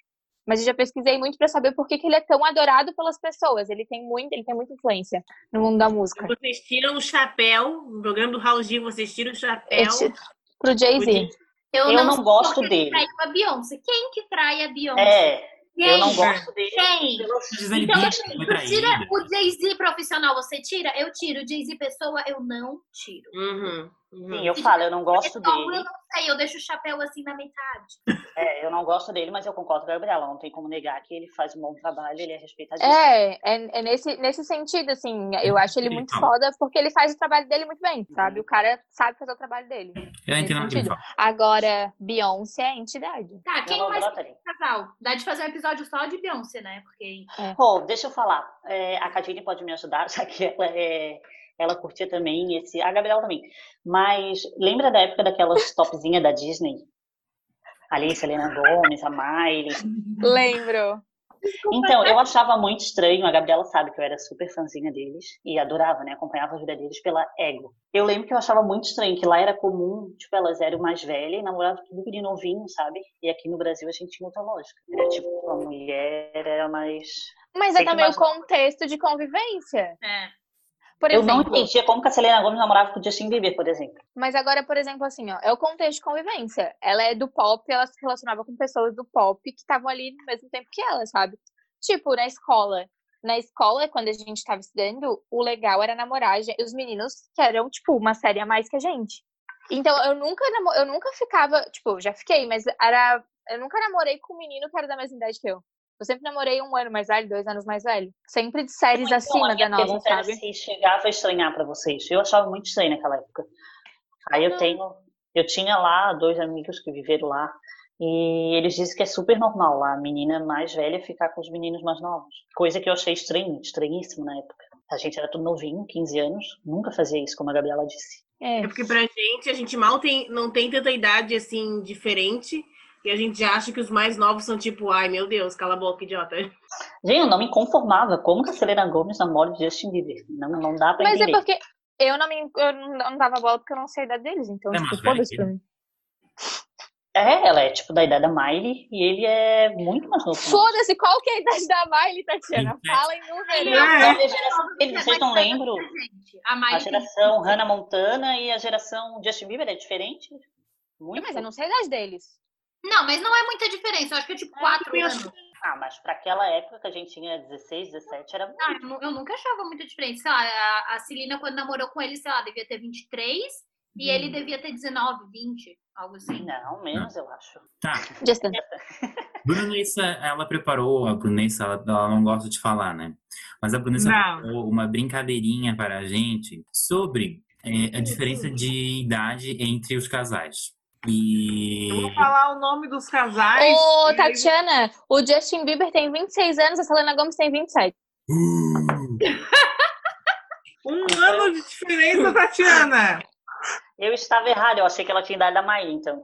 D: Mas eu já pesquisei muito pra saber por que, que ele é tão adorado pelas pessoas. Ele tem muito, ele tem muita influência no mundo da música.
E: Vocês tiram o chapéu, no programa do Raul Gil, vocês tiram o chapéu.
D: Esse- pro Jay-Z.
F: Eu,
B: Eu não gosto
F: suporto ele
B: dele.
F: trair com a Beyoncé. Quem que trai a Beyoncé?
B: É, eu não gosto dele.
F: Quem?
A: Disney
F: Então,
A: Beach,
F: assim,
A: foi
F: tu tira
A: traída.
F: o Jay-Z profissional, você tira? Eu tiro. O Jay-Z pessoa, eu não tiro.
E: Uhum, uhum.
B: Sim, eu falo, eu não gosto
F: Pessoal,
B: dele.
F: eu não sei, eu deixo o chapéu assim na metade.
B: É, eu não gosto dele, mas eu concordo com a Gabriela. Não tem como negar que ele faz um bom trabalho, ele é respeitadíssimo.
D: É, é, é nesse, nesse sentido, assim, eu acho ele muito foda porque ele faz o trabalho dele muito bem,
B: Uhum.
D: sabe? O cara sabe fazer o trabalho dele.
A: Eu entendo o que ele
D: sentido.
A: fala.
D: Agora, Beyoncé é entidade.
F: Tá,
B: Eu
F: quem
B: não
F: mais
B: gosto dele.
F: casal? Dá de fazer um episódio só de Beyoncé, né? Porque
B: Pô, deixa eu falar. É, a Cadine pode me ajudar, já que ela, é, ela curtia também esse. A Gabriela também. Mas lembra da época daquelas topzinha da Disney? Alice, Helena Gomes, a Miley.
D: Lembro.
B: Então, eu achava muito estranho, a Gabriela sabe que eu era super fãzinha deles e adorava, né? Acompanhava a vida deles pela Ego. Eu lembro que eu achava muito estranho, que lá era comum, tipo, elas eram mais velhas e namoravam tudo de novinho, sabe? E aqui no Brasil a gente tinha outra lógica. Era tipo, a mulher era mais.
D: Mas
B: Sei
D: é
B: que
D: também o
B: mais-
D: contexto de convivência.
F: é,
D: Por
B: Eu não
D: exemplo,
B: entendia como que a Selena Gomes namorava com o Justin Bieber, por exemplo.
D: Mas agora, por exemplo, assim, ó, é o contexto de convivência. Ela é do pop, ela se relacionava com pessoas do pop que estavam ali no mesmo tempo que ela, sabe? Tipo, na escola. Na escola, quando a gente tava estudando, o legal era namorar gen- os meninos que eram, tipo, uma série a mais que a gente. Então, eu nunca, namo- eu nunca ficava, tipo, eu já fiquei, mas era. Eu nunca namorei com um menino que era da mesma idade que eu. Eu sempre namorei um ano mais velho, dois anos mais velho. Sempre de séries
B: Então, a minha
D: acima da nossa,
B: pergunta era assim,
D: sabe?
B: Se chegava a estranhar pra vocês. Eu achava muito estranho naquela época. Aí eu
D: Não.
B: tenho, eu tinha lá dois amigos que viveram lá e eles dizem que é super normal lá a menina mais velha ficar com os meninos mais novos. Coisa que eu achei estranho, estranhíssimo na época. A gente era tudo novinho, 15 anos, nunca fazia isso, como a Gabriela disse.
D: É.
E: É porque pra gente, a gente mal tem, não tem tanta idade assim diferente. E a gente acha que os mais novos são tipo, ai meu Deus, cala a boca, idiota.
B: Gente, eu não me conformava. Como que a Selena Gomes namora o Justin Bieber? Não, não dá pra
D: Mas é
B: entender.
D: porque eu não, me, eu não não dava bola porque eu não sei a idade deles, então,
A: É
D: tipo,
A: mais velho
D: foda-se
A: que
D: pra mim.
B: É, ela é tipo da idade da Miley e ele é muito mais novo. que nós.
D: Foda-se, qual que é a idade da Miley, Tatiana?
A: Sim.
D: Fala em número.
F: um
E: É.
B: Então, a geração dele, vocês
E: né?
B: não lembram?
F: gente, a
B: A
F: Miley tem
B: geração Hannah Montana e a geração Justin Bieber é diferente?
F: é
B: Muito.
D: Mas eu não sei a idade deles.
F: Não, mas não é muita diferença. Eu acho que é tipo quatro
E: eu
F: anos.
E: acho-
B: Ah, mas para aquela época que a gente tinha 16, 17, era
D: Ah,
F: Não, Ah, eu nu- eu nunca achava muita diferença. Sei lá, a, a Celina, quando namorou com ele, sei lá, devia ter 23 e
E: Hum.
F: ele devia ter 19, 20, algo assim.
B: Não, menos, eu acho.
A: Tá.
D: Justin.
F: É
A: Brunessa, ela preparou, a Brunessa, ela, ela não gosta de falar, né? Mas a Brunessa
C: Não.
A: preparou uma brincadeirinha para a gente sobre é, a diferença de idade entre os casais. E.
C: Eu vou falar o nome dos casais.
D: Ô,
C: e-
D: Tatiana, o Justin Bieber tem 26 anos, a Selena Gomez tem 27.
A: Uh,
C: Um ano de diferença, Tatiana.
B: Eu estava errada, eu achei que ela tinha idade da Miley, então.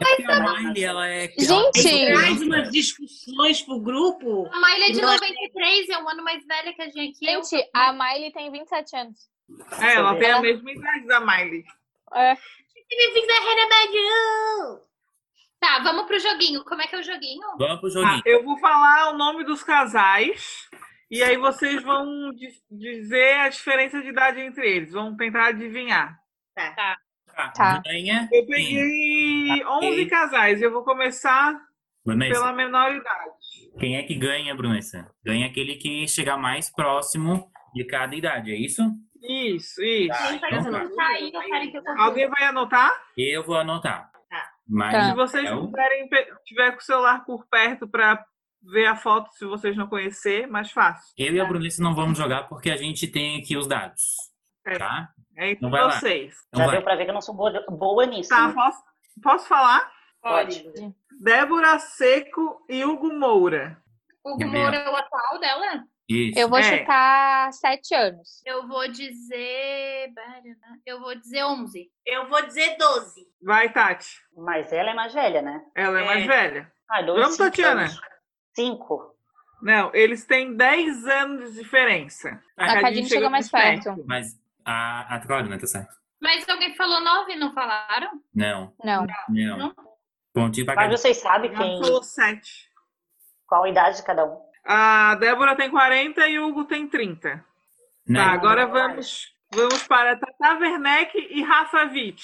A: é porque a Miley, ela é.
D: Gente!
A: ela é
E: Traz
A: criança.
E: umas discussões pro grupo.
F: A Miley é de
E: Não,
F: 93, é um ano mais velha que a gente. que eu.
D: Gente, a Miley tem 27 anos.
C: É, ela
A: Uhum.
C: tem a mesma idade da Miley.
D: É.
F: Tá, vamos pro joguinho. Como é que é o joguinho?
A: Vamos pro
C: Tá,
A: joguinho.
C: eu vou falar o nome dos casais. E aí vocês vão di- dizer a diferença de idade entre eles. Vão tentar adivinhar.
A: Tá.
D: Tá.
A: Ganha. quem?
C: Eu peguei 11
A: Tá. Ok.
C: casais. Eu vou começar
A: Brunessa,
C: pela menor idade.
A: quem é que ganha, Brunessa? Ganha aquele que chegar mais próximo de cada idade, é isso?
C: Isso, isso.
A: Tá,
F: Quem vai Ah,
A: então tá.
F: contar aí? Eu quero que eu conclua.
C: Alguém vai anotar?
A: Eu vou anotar.
E: Tá.
A: Mas
D: Tá.
C: Se vocês
A: Eu?
C: tiverem, pe- tiver com o celular por perto para ver a foto, se vocês não conhecer, mais fácil.
A: eu e a Brunessa não vamos jogar porque a gente tem aqui os dados.
C: É.
A: Tá?
C: É entre
A: Então vai lá.
C: vocês.
A: Então
B: Já
A: vai.
B: deu pra ver que eu não sou boa, boa nisso.
C: Tá,
B: né?
C: posso, posso falar?
B: Pode.
C: Débora Seco e Hugo Moura.
F: O
A: Gabriela.
F: Gumoro é o atual dela?
A: Isso.
D: Eu vou
C: É.
D: chutar 7 anos.
F: Eu vou dizer. Barana, Eu vou dizer 11.
E: Eu vou dizer 12.
C: Vai, Tati.
B: Mas ela é mais velha, né?
C: Ela é,
E: É.
C: mais velha.
B: Ah, dois,
C: Vamos,
B: cinco
C: Tatiana.
B: anos. Cinco.
C: Não, eles têm 10 anos de diferença.
A: A
D: A
C: Cadine
D: Cadine chegou mais perto.
A: Mas a, a Clara não tá certo.
F: Mas alguém falou 9, não falaram?
A: Não,
D: Não.
A: não.
F: Não?
A: Pontinho pra
B: Mas
A: cada.
B: vocês sabem
C: Ela
B: quem,
C: falou 7.
B: qual a idade de cada um.
C: A Débora tem 40 e o Hugo tem 30.
A: Não.
C: Tá, agora vamos, vamos para Tata Werneck e Rafa Witt.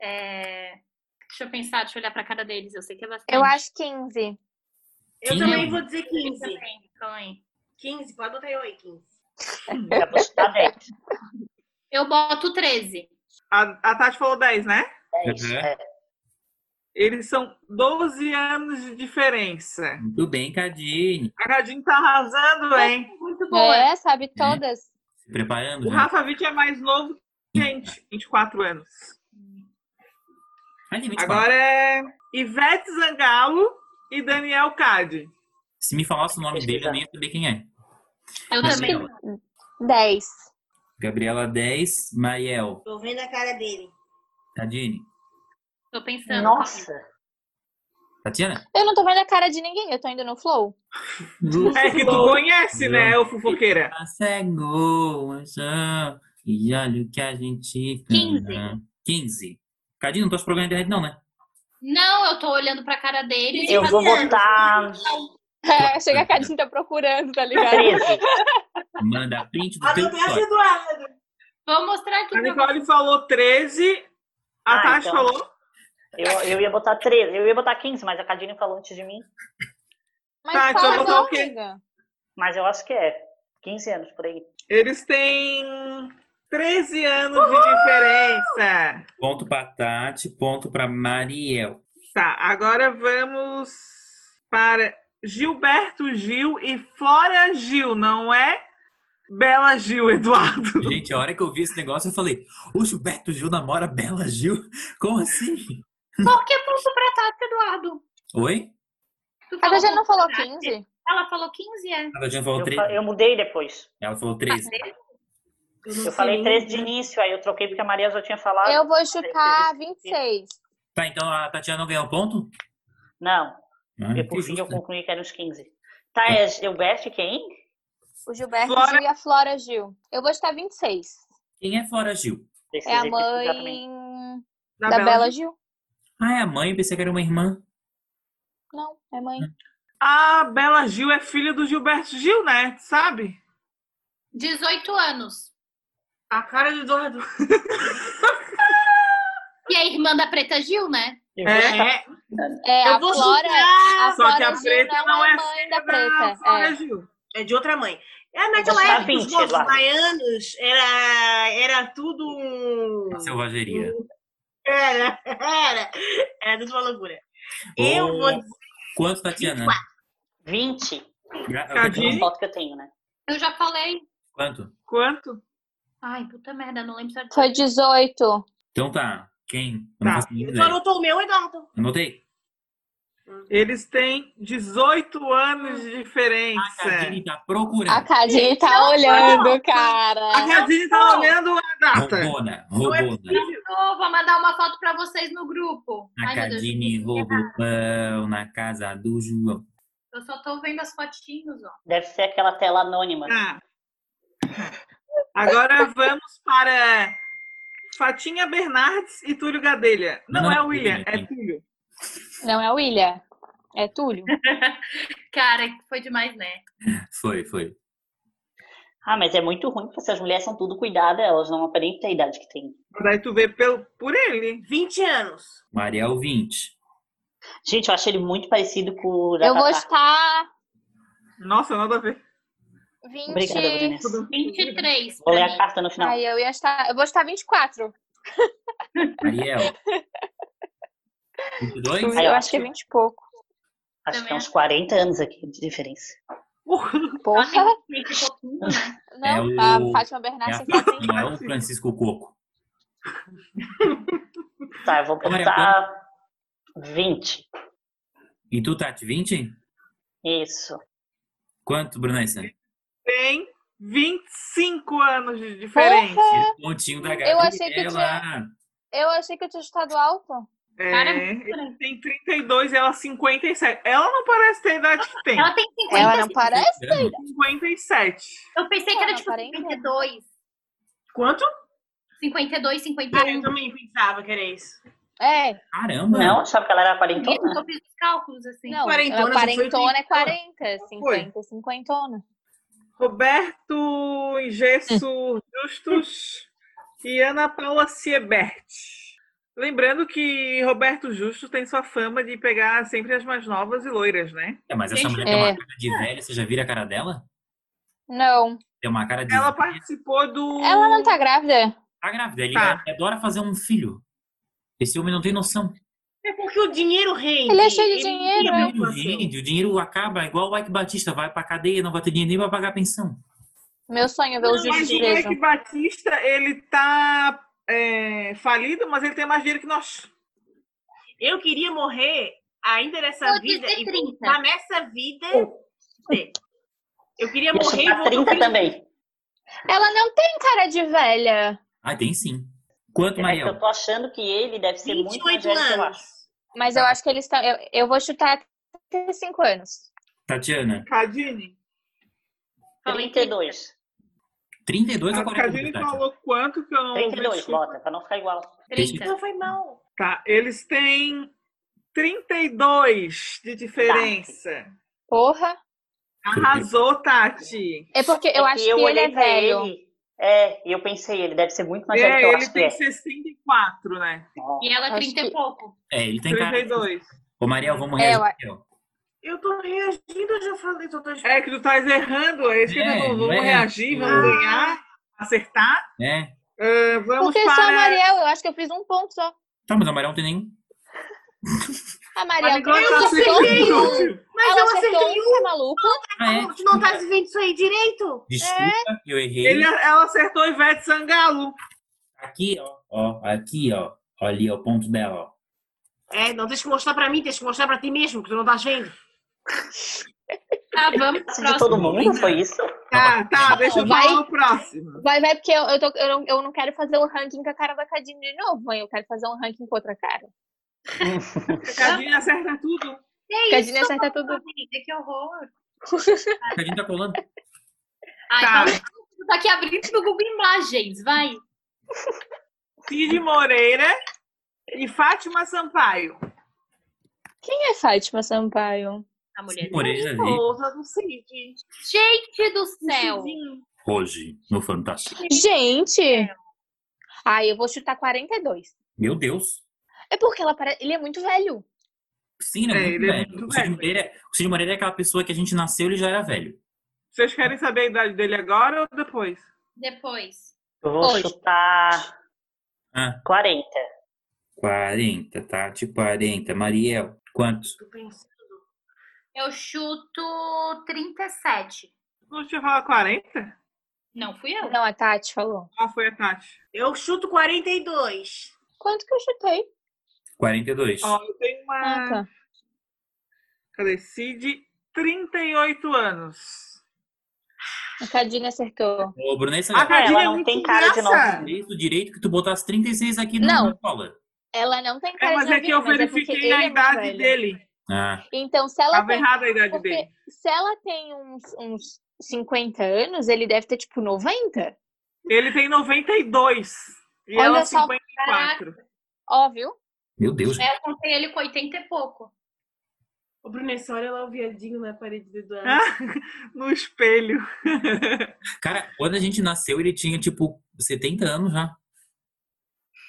F: É, Deixa eu pensar, deixa eu olhar pra cara deles. Eu sei que é bastante.
D: Eu acho 15.
E: Eu
A: Sim.
E: também vou dizer
F: Eu
E: 15.
F: também, calma aí.
E: 15, pode botar eu aí, 15.
B: Já vou chutar 10.
F: Eu boto 13.
C: A, a Tati falou 10, né?
B: 10
A: Uhum.
B: é.
C: Eles são 12 anos de diferença.
A: Muito bem, Cadine.
C: A Gadinho tá arrasando, hein?
F: Muito boa.
D: É, sabe todas.
A: Se preparando.
C: O
A: né?
C: Rafa Witt é mais novo que a gente, 24 anos.
A: Ali, 24.
C: Agora é Ivete Zangalo e Daniel Cade.
A: Se me falasse o nome dele, eu nem ia saber quem é.
F: Eu
A: Mas
F: também.
A: não.
D: 10.
A: Gabriela 10, Mariel,
E: Tô vendo a cara dele.
A: Cadine,
F: Tô pensando.
B: Nossa.
D: tá.
A: Tatiana.
D: Eu não tô vendo a cara de ninguém, eu tô indo no flow.
C: É que tu conhece, né, ô fofoqueira?
A: A cego, a chão, é e olha o que a gente...
F: 15.
A: 15. Cadine, não tô te programando de rede não, né?
F: Não, eu tô olhando pra cara deles. e
B: Eu vou
F: fazendo.
B: votar
D: É, chega a Cadinho tá procurando, tá ligado?
B: 13.
A: Manda print
C: Ah,
A: do
E: A
A: teu
E: dobrança
A: story.
E: do Eduardo.
F: Vou mostrar aqui
C: A
F: pra vocês.
C: Nicole falou 13, a
B: Ah,
C: Tati
B: então.
C: falou.
B: Eu, eu ia botar 13. Eu ia botar 15, mas a Cadine falou antes de mim.
D: Mas
C: Tá, então
D: fala
C: eu vou
D: não,
C: o quê?
D: amiga.
B: Mas eu acho que é. 15 anos por aí.
C: Eles têm 13 anos de diferença.
A: Ponto pra Tati, ponto pra Mariel.
C: Tá, agora vamos para Gilberto Gil e Flora Gil, não é? Bela Gil, Eduardo.
A: Gente, a hora que eu vi esse negócio, eu falei, o Gilberto Gil namora a Bela Gil? Como assim?
F: Por que ponto pra Tati, Eduardo?
A: Oi?
F: Tu
D: A
F: falou
D: Tatiana não falou
F: pra Tati?
D: 15?
F: Ela falou 15, é.
A: Ela já
B: Eu,
A: falou
B: fa-
A: 13.
B: eu mudei depois.
A: Ela falou 13.
E: não sei
B: Eu falei
E: nem.
B: 13 de início, aí eu troquei porque a Maria já tinha falado.
D: Eu vou chutar 26.
A: Tá, então a Tatiana não ganhou ponto?
B: Não,
A: Ah,
B: eu, por
A: que
B: fim eu
A: justo.
B: concluí que era uns 15. Tá, é Gilberto e quem?
D: O Gilberto
C: Flora-
D: Gil e a Flora Gil. Eu vou chutar 26.
A: Quem é Flora Gil?
D: É a
B: Precisei pesquisar também.
D: mãe da, Bela, Gil.
A: Ah, é a mãe, pensei que era uma irmã.
D: Não, é mãe.
C: A Bela Gil é filha do Gilberto Gil, né? Sabe?
F: 18 anos.
E: A cara do Eduardo.
F: E a irmã da Preta Gil, né?
B: Eu vou chutar.
C: É,
D: É,
E: eu
D: a
E: vou
D: Flora,
E: chutar.
D: a Flora
C: só que a
D: Gil
C: preta não é
D: mãe da
C: filha
D: preta.
C: da Flora
D: é.
C: Gil.
E: É de outra mãe. É,
B: Vou
E: naquela
B: chutar
E: época, os
B: 20,
E: povos
B: Eduardo.
E: baianos era, era tudo um.
A: Uma selvageria.
E: Era, era. Era tudo uma loucura. Eu
A: Ô,
E: vou dizer
A: Quanto, Tatiana?
B: 20.
A: Gra-
C: Cadê?
B: A foto que eu tenho, né?
F: Eu já falei.
A: Quanto?
C: Quanto?
F: Ai, puta merda, não lembro se era
D: Foi 18.
A: Então tá. Quem? Eu
C: Tá.
A: não faço a mínima
E: Tu
A: ideia.
E: anotou o meu, Eduardo?
A: Anotei.
C: Eles têm 18 anos de
A: A
C: diferença.
A: Cadine tá procurando.
D: A Cadine tá olhando,
C: A
D: cara.
C: Cadine tá olhando a data.
A: Roubona,
E: Não é
A: roubona.
E: possível.
F: Ô, vou mandar uma foto pra vocês no grupo.
A: A
F: Ai, meu Deus.
A: Cadine roubou pão na casa do João.
F: Eu só tô vendo as fotinhos, ó.
B: Deve ser aquela tela anônima.
C: Tá. Agora vamos para Fatinha Bernardes e Túlio Gadelha. Não,
A: Não,
C: é o William,
A: Túlio,
C: é Túlio.
D: Não é o William. É Túlio.
F: Cara, foi demais, né?
A: Foi, foi.
B: Ah, mas é muito ruim, porque essas mulheres são tudo cuidadas, elas não aparentam ter a idade que tem.
C: Daí tu vê pelo, por ele.
E: 20 anos.
A: Mariel 20.
B: Gente, eu acho ele muito parecido com o
D: Eu vou
B: Ratatá.
D: chutar
C: Nossa, nada a ver.
B: Obrigada,
D: 20.
B: Brunessa.
F: 23.
B: Vou
F: pra
B: ler
F: mim.
B: a carta no final.
D: Aí eu ia chutar. Eu vou chutar 24.
A: Mariel. 22?
B: Aí,
D: eu
B: ó.
D: acho que é 20 e pouco.
B: Acho que é
F: Também
B: uns 40 anos aqui de diferença.
F: Ela
D: Porra.
F: tem 20 e pouquinho, né?
D: Não,
A: É o-
D: a Fátima
A: É
D: Bernardes tá
A: a
D: tem que
A: Fátima, é o Francisco Coco.
B: Tá, eu vou
A: Olha,
B: botar 20.
A: E tu, Tati, 20?
B: Isso.
A: Quanto, Brunessa?
C: Tem 25 anos de diferença.
A: Aquele pontinho da
D: Eu achei que
A: Gabriela.
D: Eu achei que eu tinha chutado alto.
F: Cara, é
C: É,
F: muito
C: ele
F: grande.
C: tem 32 e ela 57. Ela não parece ter a idade que tem.
F: Ela tem 50.
D: Ela não parece?
C: 57.
F: Eu pensei que era
D: Ela
F: tipo
D: aparenta.
F: 52.
E: Quanto?
F: 52,
E: Ah, eu
F: 51.
E: também pensava que era isso.
D: É,
A: Caramba!
B: Não, achava que ela era
F: Isso que
B: quarentona.
F: Eu fiz os cálculos, assim.
D: não.
E: Quarentona,
D: Quarentona,
E: já foi
D: quarentona é
E: trinta.
D: 40,
C: Foi.
D: 50, 50.
C: Roberto Ingesso Justus e Ana Paula Siebert. Lembrando que Roberto Justo tem sua fama de pegar sempre as mais novas e loiras, né?
A: É, mas essa
F: Gente,
A: mulher tem
D: é.
A: uma cara de velha, você já vira a cara dela?
D: Não.
A: Tem uma cara de
C: Ela
A: velha.
C: participou do.
D: Ela não tá grávida?
A: Tá grávida, ele
C: Tá.
A: ele adora fazer um filho. Esse homem não tem noção.
E: É porque o dinheiro rende.
D: Ele é cheio de dinheiro,
E: vive
B: né?
D: é.
E: com
A: O
E: você.
A: dinheiro, o dinheiro acaba igual o Ike Batista, vai pra cadeia, não vai ter dinheiro nem pra pagar a pensão.
D: Meu sonho é ver o
E: Não,
D: Justo
C: Mas o
D: preso.
C: Mike Batista, ele tá é, falido, mas ele tem mais dinheiro que nós.
E: Eu queria morrer ainda nessa
F: Vou
E: vida
F: dizer
E: e
F: 30.
E: voltar nessa vida. Eu queria
B: Eu
E: morrer e
B: chutar
E: voltar
B: 30 tá também.
D: Ela não tem cara de velha.
A: Ah, tem sim. Quanto,
B: É que eu
C: então-
A: Mariel?
B: tô achando que ele deve ser muito mais
E: 28
B: velho que eu acho.
E: anos.
D: Mas eu acho que eles estão. Eu, eu vou chutar 35 anos.
A: Tatiana,
C: Cadine.
F: Falei
B: 32.
A: 32
C: A
A: ou 42,
C: Cadine
A: Tatiana?
C: Ah, falou quanto que eu não ouvi.
B: 32,
C: desculpa.
B: bota, pra não ficar igual.
F: 30.
E: Não foi mal.
C: Tá, eles têm 32 de diferença.
D: Porra.
C: Arrasou, Tati.
D: É porque eu
B: É
D: acho que, ele
B: olhei
D: é
B: pra
D: velho.
B: ele, É, e eu pensei, ele deve ser muito mais velho
C: É,
B: que eu
C: ele
B: acho que
C: tem
B: é.
C: 64, né?
F: E ela
D: Acho
F: 30
D: que-
F: e pouco.
A: É, ele tem cara.
C: 32.
A: Ô, Mariel, vamos
D: É,
A: reagir.
D: eu-
A: Mariel.
E: Eu tô reagindo, eu já falei, eu tô
C: É que tu tá errando, é isso que eu
A: É,
C: tô-
A: não
C: vamos
A: é.
C: reagir, vamos
A: Ah.
C: ganhar, acertar.
A: É.
C: Ah, vamos
D: Porque só a
C: para.
D: Mariel, eu acho que eu fiz um ponto só.
A: Tá, mas a Mariel não tem nenhum.
D: A
C: Mas
D: Mariel
C: agora tá
D: acertou
E: acertei
D: um.
E: um.
C: acertando.
E: Mas
D: ela
E: eu
D: acertou
E: acertei
D: um, tá maluco?
A: Ah, é?
E: um. Tu não tá vivendo isso aí direito?
A: Desculpa, eu errei.
C: Ele, é- ela acertou Ivete Sangalo.
A: Aqui, ó. Ó, aqui, ó. Ó Ali, ó, o ponto dela, ó.
E: É, não tens que mostrar pra mim, tens que mostrar pra ti mesmo, que tu não estás vendo.
F: Tá, vamos pro
B: Isso de
F: próximo.
B: todo mundo foi isso?
C: Tá,
A: Ah,
C: tá, deixa eu
D: Vai.
C: falar o próximo.
D: Vai, vai, porque eu, eu, tô- eu não, eu não quero fazer um ranking com a cara da Cadine de novo, mãe. Eu quero fazer um ranking com outra cara.
C: A Cadine acerta tudo.
F: É
D: Cadine
F: isso,
D: acerta tudo.
F: amiga, que horror.
A: A Cadine tá colando.
C: É,
F: Ai,
C: Tá.
F: tá. tá aqui abrindo no Google Imagens, vai.
C: Cid Moreira e Fátima Sampaio.
D: Quem é Fátima Sampaio?
F: A mulher.
C: é
A: Moreira ali.
E: Pô, eu não sei, gente.
F: Gente do céu.
A: Hoje, no Fantástico.
D: Gente! Ai, eu vou chutar 42.
A: Meu Deus.
D: É porque ela parece. Ele é muito velho.
A: Sim, né?
C: É,
A: muito
C: ele é
A: velho.
C: muito
A: o, Cid
C: velho.
A: Moreira, é- o Cid Moreira é aquela pessoa que a gente nasceu ele já era velho.
C: Vocês querem saber a idade dele agora ou depois?
F: Depois.
B: Eu vou
D: Hoje.
B: chutar
A: Ah,
B: 40.
A: 40, tá? De 40. Mariel, quanto?
E: Tô pensando.
F: Eu chuto 37.
C: Não tinha falado 40?
F: Não fui eu.
D: Não, a Tati falou.
C: Ah, foi a Tati.
E: Eu chuto 42.
D: Quanto que eu chutei?
A: 42.
C: Ó, eu tenho uma.
D: Ah, tá.
C: Cadê? Cid, 38 anos.
D: A Cadine acertou.
A: Ô, Brunessa,
C: A Cadine
B: Ah, ela
C: é
B: não
C: muito
B: tem cara de
C: engraçada.
B: novinha.
A: desde o direito que tu botasse 36 aqui no
D: Não.
A: na cola.
D: Ela não tem cara
C: É, mas
D: de
C: é que eu
D: novinha, mas é porque
C: verifiquei
D: ele é
C: a
D: muito
C: idade
D: velho.
C: dele.
A: Ah,
D: Então, se ela
C: Tava
D: tem
C: errada a idade
D: Porque
C: dele.
D: se ela tem uns, uns 50 anos, ele deve ter tipo 90.
C: Ele tem 92. E
D: Olha
C: ela
D: só,
C: 54.
D: Óbvio.
A: meu Deus.
F: É, eu contei ele com 80 e pouco.
E: O Brunessa, olha lá o viadinho na parede do Eduardo.
C: no espelho.
A: Cara, quando a gente nasceu, ele tinha tipo 70 anos já.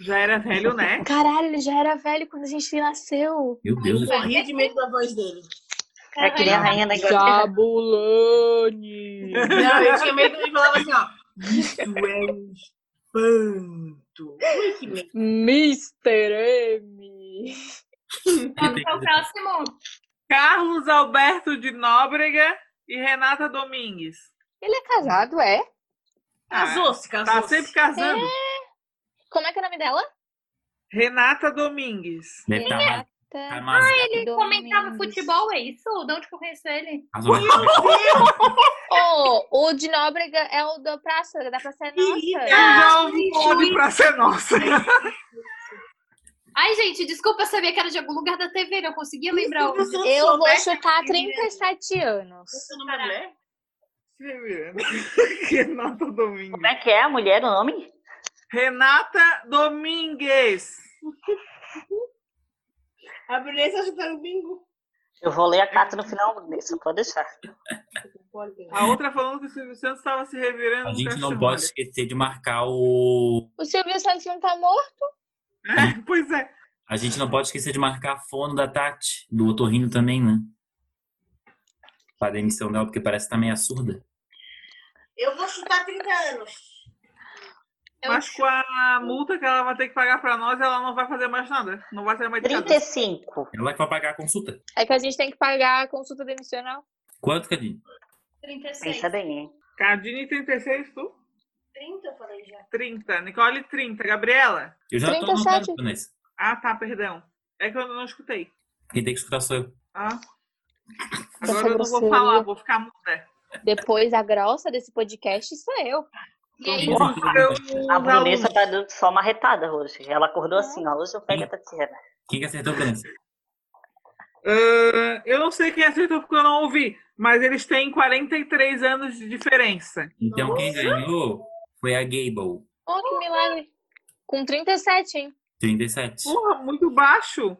C: Já era velho, né?
D: Caralho, ele já era velho quando a gente nasceu.
A: Meu Deus.
E: Eu morria de medo da voz dele.
B: É que nem a rainha da Inglaterra.
D: Jabulani.
E: Não, eu tinha medo e falava assim, ó. Isso é um espanto. Ui, que medo.
D: Mr. M.
A: Ele
F: Vamos
A: tem-
F: ao próximo.
C: Carlos Alberto de Nóbrega e Renata Domingues.
D: Ele é casado, é?
E: Casou-se, casou-se.
C: Tá sempre casando.
D: Como é que é o nome dela?
C: Renata Domingues.
A: Deve estar mais. Tá mais
F: Ele comentava futebol, é isso? De onde que eu conheço ele?
A: mais ou menos.
D: Oh, o de Nóbrega é o da praça, da praça é
C: Eu
D: nossa.
C: já ouvi pode pra ser nossa.
F: Ai, gente, desculpa, eu sabia que era de algum lugar da TV, não conseguia lembrar. onde.
E: Se você
D: Eu vou
E: soubesse,
D: chutar 37 anos.
E: você não é?
C: Renata Domingues.
B: Como é que é a mulher, o nome?
C: Renata Domingues.
E: A Brunessa chutar o bingo.
B: Eu vou ler a carta
C: É.
B: no final, só pode deixar.
C: A outra falando que o Silvio Santos estava se revirando.
A: A
C: no
A: gente não
C: caixão,
A: pode
C: olha.
A: esquecer de marcar o.
D: O Silvio Santos não tá morto?
C: É, pois é.
A: A gente não pode esquecer de marcar a fono da Tati, do Otorrino também, né? Para a demissão dela, porque parece que tá meio surda.
E: Eu vou chutar 30 anos.
F: Eu
C: Mas com a multa que ela vai ter que pagar pra nós, ela não vai fazer mais nada. Não vai ser mais nada.
B: 35.
A: Ela que vai pagar a consulta.
D: É que a gente tem que pagar a consulta demissional.
A: Quanto, Cadinho?
F: 36.
B: Pensa bem, hein?
C: Cadine 36, tu?
E: 30, eu falei já.
C: 30. Nicole 30. Gabriela?
A: Eu já tô
D: 37.
A: anotando nessa.
C: Ah, tá, perdão. É que eu não escutei.
A: Quem tem que escutar sou eu.
C: Ah.
D: Essa
C: Agora eu não vou
D: grosseria.
C: falar, vou ficar muda.
D: Depois, a grossa desse podcast sou eu.
F: E aí,
C: Porra, Então, eu-
A: Quem
B: A
C: Os
B: Brunessa
C: alunos.
B: tá dando só uma retada hoje. Ela acordou assim, ó. Hoje eu pego a Tatiana.
A: que acertou, Brunessa?
C: Ah, eu não sei quem acertou porque eu não ouvi, mas eles têm 43 anos de diferença.
A: Então quem ganhou foi a Gable.
D: Oh, que milagre. Com 37, hein?
A: 37.
C: Porra, muito baixo.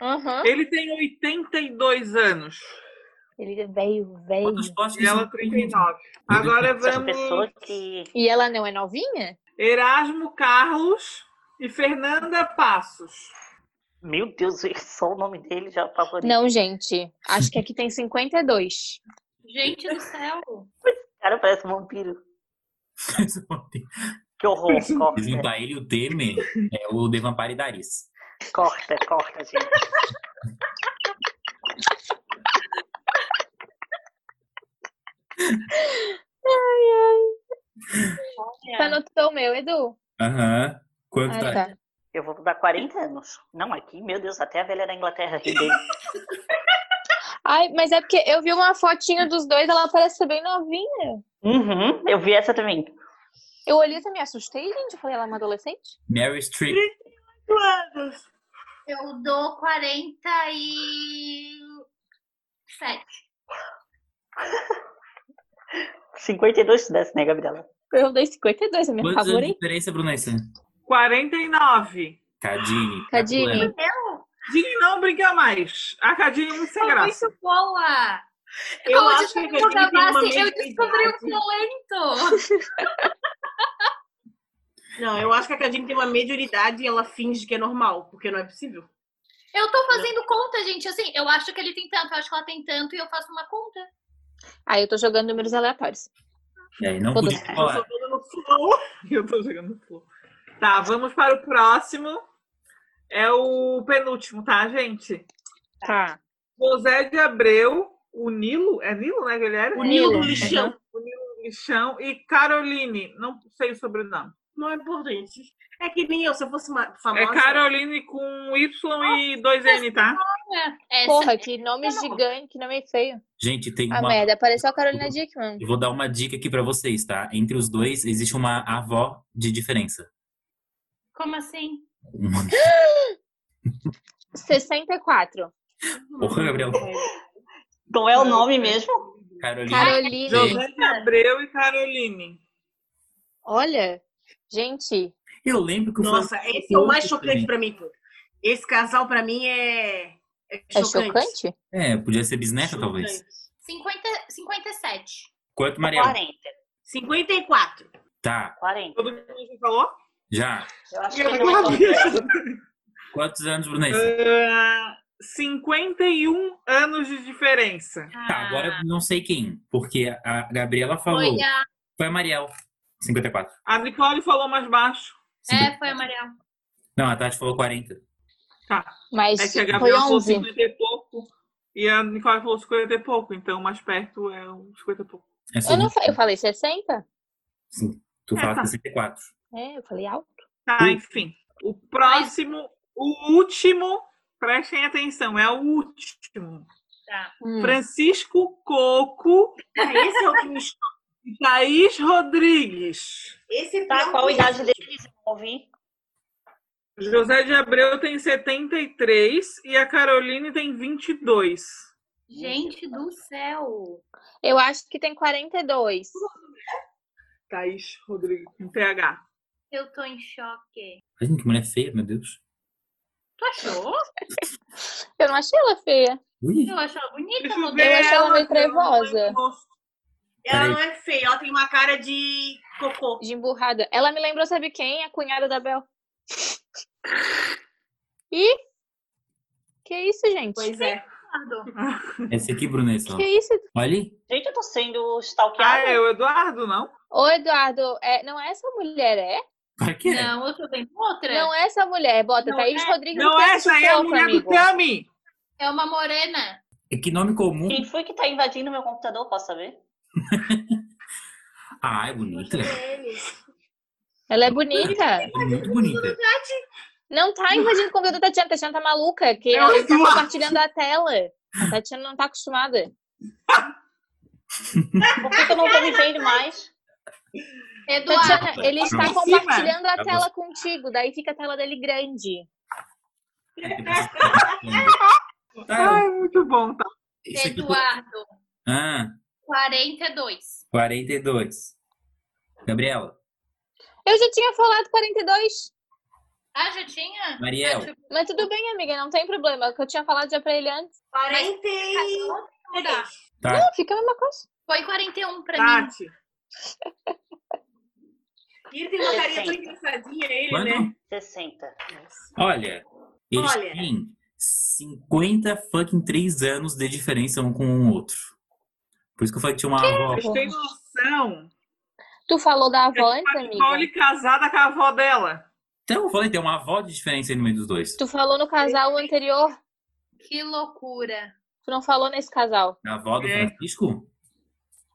D: Aham.
C: Ele tem 82 anos.
D: Ele é veio,
A: Quantos
D: veio.
A: postes
C: E ela 39. Agora
B: Essa pessoa
C: vamos
B: que.
D: E ela não é novinha?
C: Erasmo Carlos e Fernanda Passos.
B: Meu Deus, só o nome dele já favorito.
D: Não, gente. Acho que aqui tem 52.
F: gente do céu.
B: O cara parece um vampiro.
A: Desmontar
B: Que horror.
C: um
B: Corta,
A: ele e o Temer é o Devampire Daris.
B: corta, corta, gente.
D: Tá anotou o meu, Edu?
A: Aham. Quanto
D: Ah,
C: é.
A: tá?
D: tá.
B: Eu vou dar 40 anos. Não, aqui, meu Deus, até a velha da Inglaterra ri dele.
D: Ai, mas é porque eu vi uma fotinha dos dois, ela parece ser bem novinha.
B: Uhum, eu vi essa também.
D: Eu olhei e me assustei, gente. Eu falei, ela é uma adolescente?
A: Mary Streep.
E: 8 anos.
F: Eu dou 47.
B: 52 se desse, né, Gabriela?
D: Eu dei 52, é minha
A: Quantos anos de
D: favorita.
A: diferença, Brunessa? tá
C: 49.
A: Cadine.
D: Cadine.
C: Dini não brinca mais. A Cadine é muito sem
F: Foi
C: graça.
E: tá
F: muito boa!
E: Eu
F: Hoje
E: acho que a
F: eu vou
E: Cadine tem uma
F: acabar assim, eu
E: mesma
F: descobri o
E: idade.
F: talento!
E: Não, eu acho que a Cadine tem uma mediunidade e ela finge que é normal, porque não é possível.
F: Eu tô fazendo conta, gente, assim, eu acho que ele tem tanto, eu acho que ela tem tanto e eu faço uma conta.
D: Aí eu tô jogando números aleatórios.
A: É, não
D: Todas.
A: podia
E: Eu sou
A: falar.
E: toda no flow.
C: Eu tô jogando flow. Tá, vamos para o próximo. É o penúltimo, tá, gente?
D: Tá.
C: José de Abreu, o Nilo, é Nilo, né, galera?
E: O Nilo do
D: Nilo.
E: lixão.
C: Lixão e Caroline, não sei o sobrenome.
E: Não é importante. É que nem eu, se eu fosse uma famosa.
C: É Caroline com Y e 2N, tá?
F: Essa,
D: Porra, que nome
F: Não.
D: gigante, que nome feio.
A: Gente, tem
D: Ah,
A: uma.
D: merda, apareceu a Carolina Dickman.
A: Eu vou dar uma dica aqui pra vocês, tá? Entre os dois existe uma avó de diferença.
F: Como assim?
D: 64.
A: Porra, Gabriel.
B: Qual é o nome mesmo?
A: Carolina.
D: Carolina.
C: José de Abreu e Caroline.
D: Olha, gente,
A: Eu lembro que o
E: Nossa,
A: Flamengo-
E: esse é o mais chocante pra mim, pô. Esse casal pra mim é. É
D: é
E: chocante.
D: chocante?
A: É, podia ser bisneta,
E: Chocante.
A: talvez.
F: 50, 57.
A: Quanto, Mariel?
B: 40,
E: 54.
A: Tá,
B: 40.
C: Todo mundo já falou?
A: já.
B: Eu acho que
C: Eu
B: ele não é tão velho.
A: Quantos anos, Brunessa?
C: Ah, 51 anos de diferença.
F: Ah,
A: Tá, agora eu não sei quem, porque a Gabriela falou.
F: Foi
A: Foi a,
F: a,
A: Mariel. 54.
C: A Nicole falou mais baixo.
F: é, foi a Mariel.
A: Não, a Tati falou 40.
D: Mas
C: É que a
D: foi
C: Gabriela falou
D: 11.
C: 50 e pouco e a Nicole falou 50 e pouco, então mais perto é uns 50 e pouco.
A: É só
D: Eu, não, fa- eu falei 60?
A: Tu fala
C: Essa.
A: 64.
D: É, eu falei alto.
C: Tá, enfim. O próximo, o último, prestem atenção, é o último.
D: Hum.
C: Francisco Coco
E: Ah, esse é o que me choca.
C: e Thaís Rodrigues.
E: Esse
B: Tá,
E: não-
B: qual a idade deles? Eu não ouvi.
C: José de Abreu tem 73 e a Caroline tem 22.
F: Gente do céu!
D: Eu acho que tem 42.
C: Thaís Rodrigues, com TH.
F: Eu tô em choque.
A: Ai, que mulher feia, meu Deus.
F: Tu achou?
D: Eu não achei ela feia.
A: Ui,
F: Eu achei ela bonita,
C: Deixa eu
F: mano.
C: ver
D: achei ela meio
C: que eu não é lembro
D: trevosa.
C: o rosto.
E: Ela não é feia, ela tem uma cara de cocô.
D: De emburrada. Ela me lembrou, sabe quem? A cunhada da Bel. E que isso, gente?
E: Pois é.
F: Eduardo.
A: Esse aqui, Brunesso.
C: é.
D: Que isso?
A: Olha aí.
B: Gente, eu tô sendo
C: Ah,
B: stalkeado.
C: é o Eduardo, não?
D: Ô, Eduardo, é, não é essa mulher, é?
A: Pra quê?
F: Não, eu tô vendo outra.
D: Não é essa mulher. Bota
F: Não
D: Thaís
F: é.
D: Rodrigues.
C: Não,
D: no canto
C: essa aí é a
D: fofo,
C: mulher
D: amigo.
C: do Tami.
F: É uma morena.
A: É Que nome comum.
B: Quem foi que tá invadindo meu computador, posso saber?
A: Ah, é bonita.
D: Ela é bonita.
A: É muito bonita.
D: Não tá invadindo o computador da Tatiana. A Tatiana tá maluca. Que
C: É o
D: ela tá
C: Eduardo.
D: compartilhando a tela. A Tatiana não tá acostumada.
B: Por que, que eu não tô vivendo mais?
A: Tá,
F: Eduardo.
D: Tatiana, ele
A: Pra
D: está
A: cima.
D: compartilhando a
A: Pra
D: tela contigo. Daí fica a tela dele grande.
A: É, tipo, Tá,
C: Ai, muito bom. Tá?
A: isso aqui eu tô...
F: Eduardo.
A: Ah,
F: 42.
A: 42. Gabriela,
D: Eu já tinha falado 42.
F: Ah, já tinha?
A: Mariel,
D: Mas tudo bem, amiga. Não tem problema. Que eu tinha falado já pra ele antes.
E: 40 e...
A: tá.
D: Não, fica a mesma coisa.
F: Foi 41 pra mim.
C: Tati.
E: E ele tem uma carinha tão engraçadinha, ele, né?
A: Quanto?
B: 60.
A: Olha, eles
E: Olha.
A: têm 50 fucking 3 anos de diferença um com o outro. Por isso que eu falei que tinha uma avó.
C: Vocês têm noção?
D: Tu falou da avó antes,
C: Nicole
D: amiga?
C: casada com a avó dela.
A: Então eu falei, tem uma avó de diferença aí no meio dos dois.
D: Tu falou no casal anterior.
F: Que loucura.
D: Tu não falou nesse casal.
A: A avó do
C: É.
A: Francisco?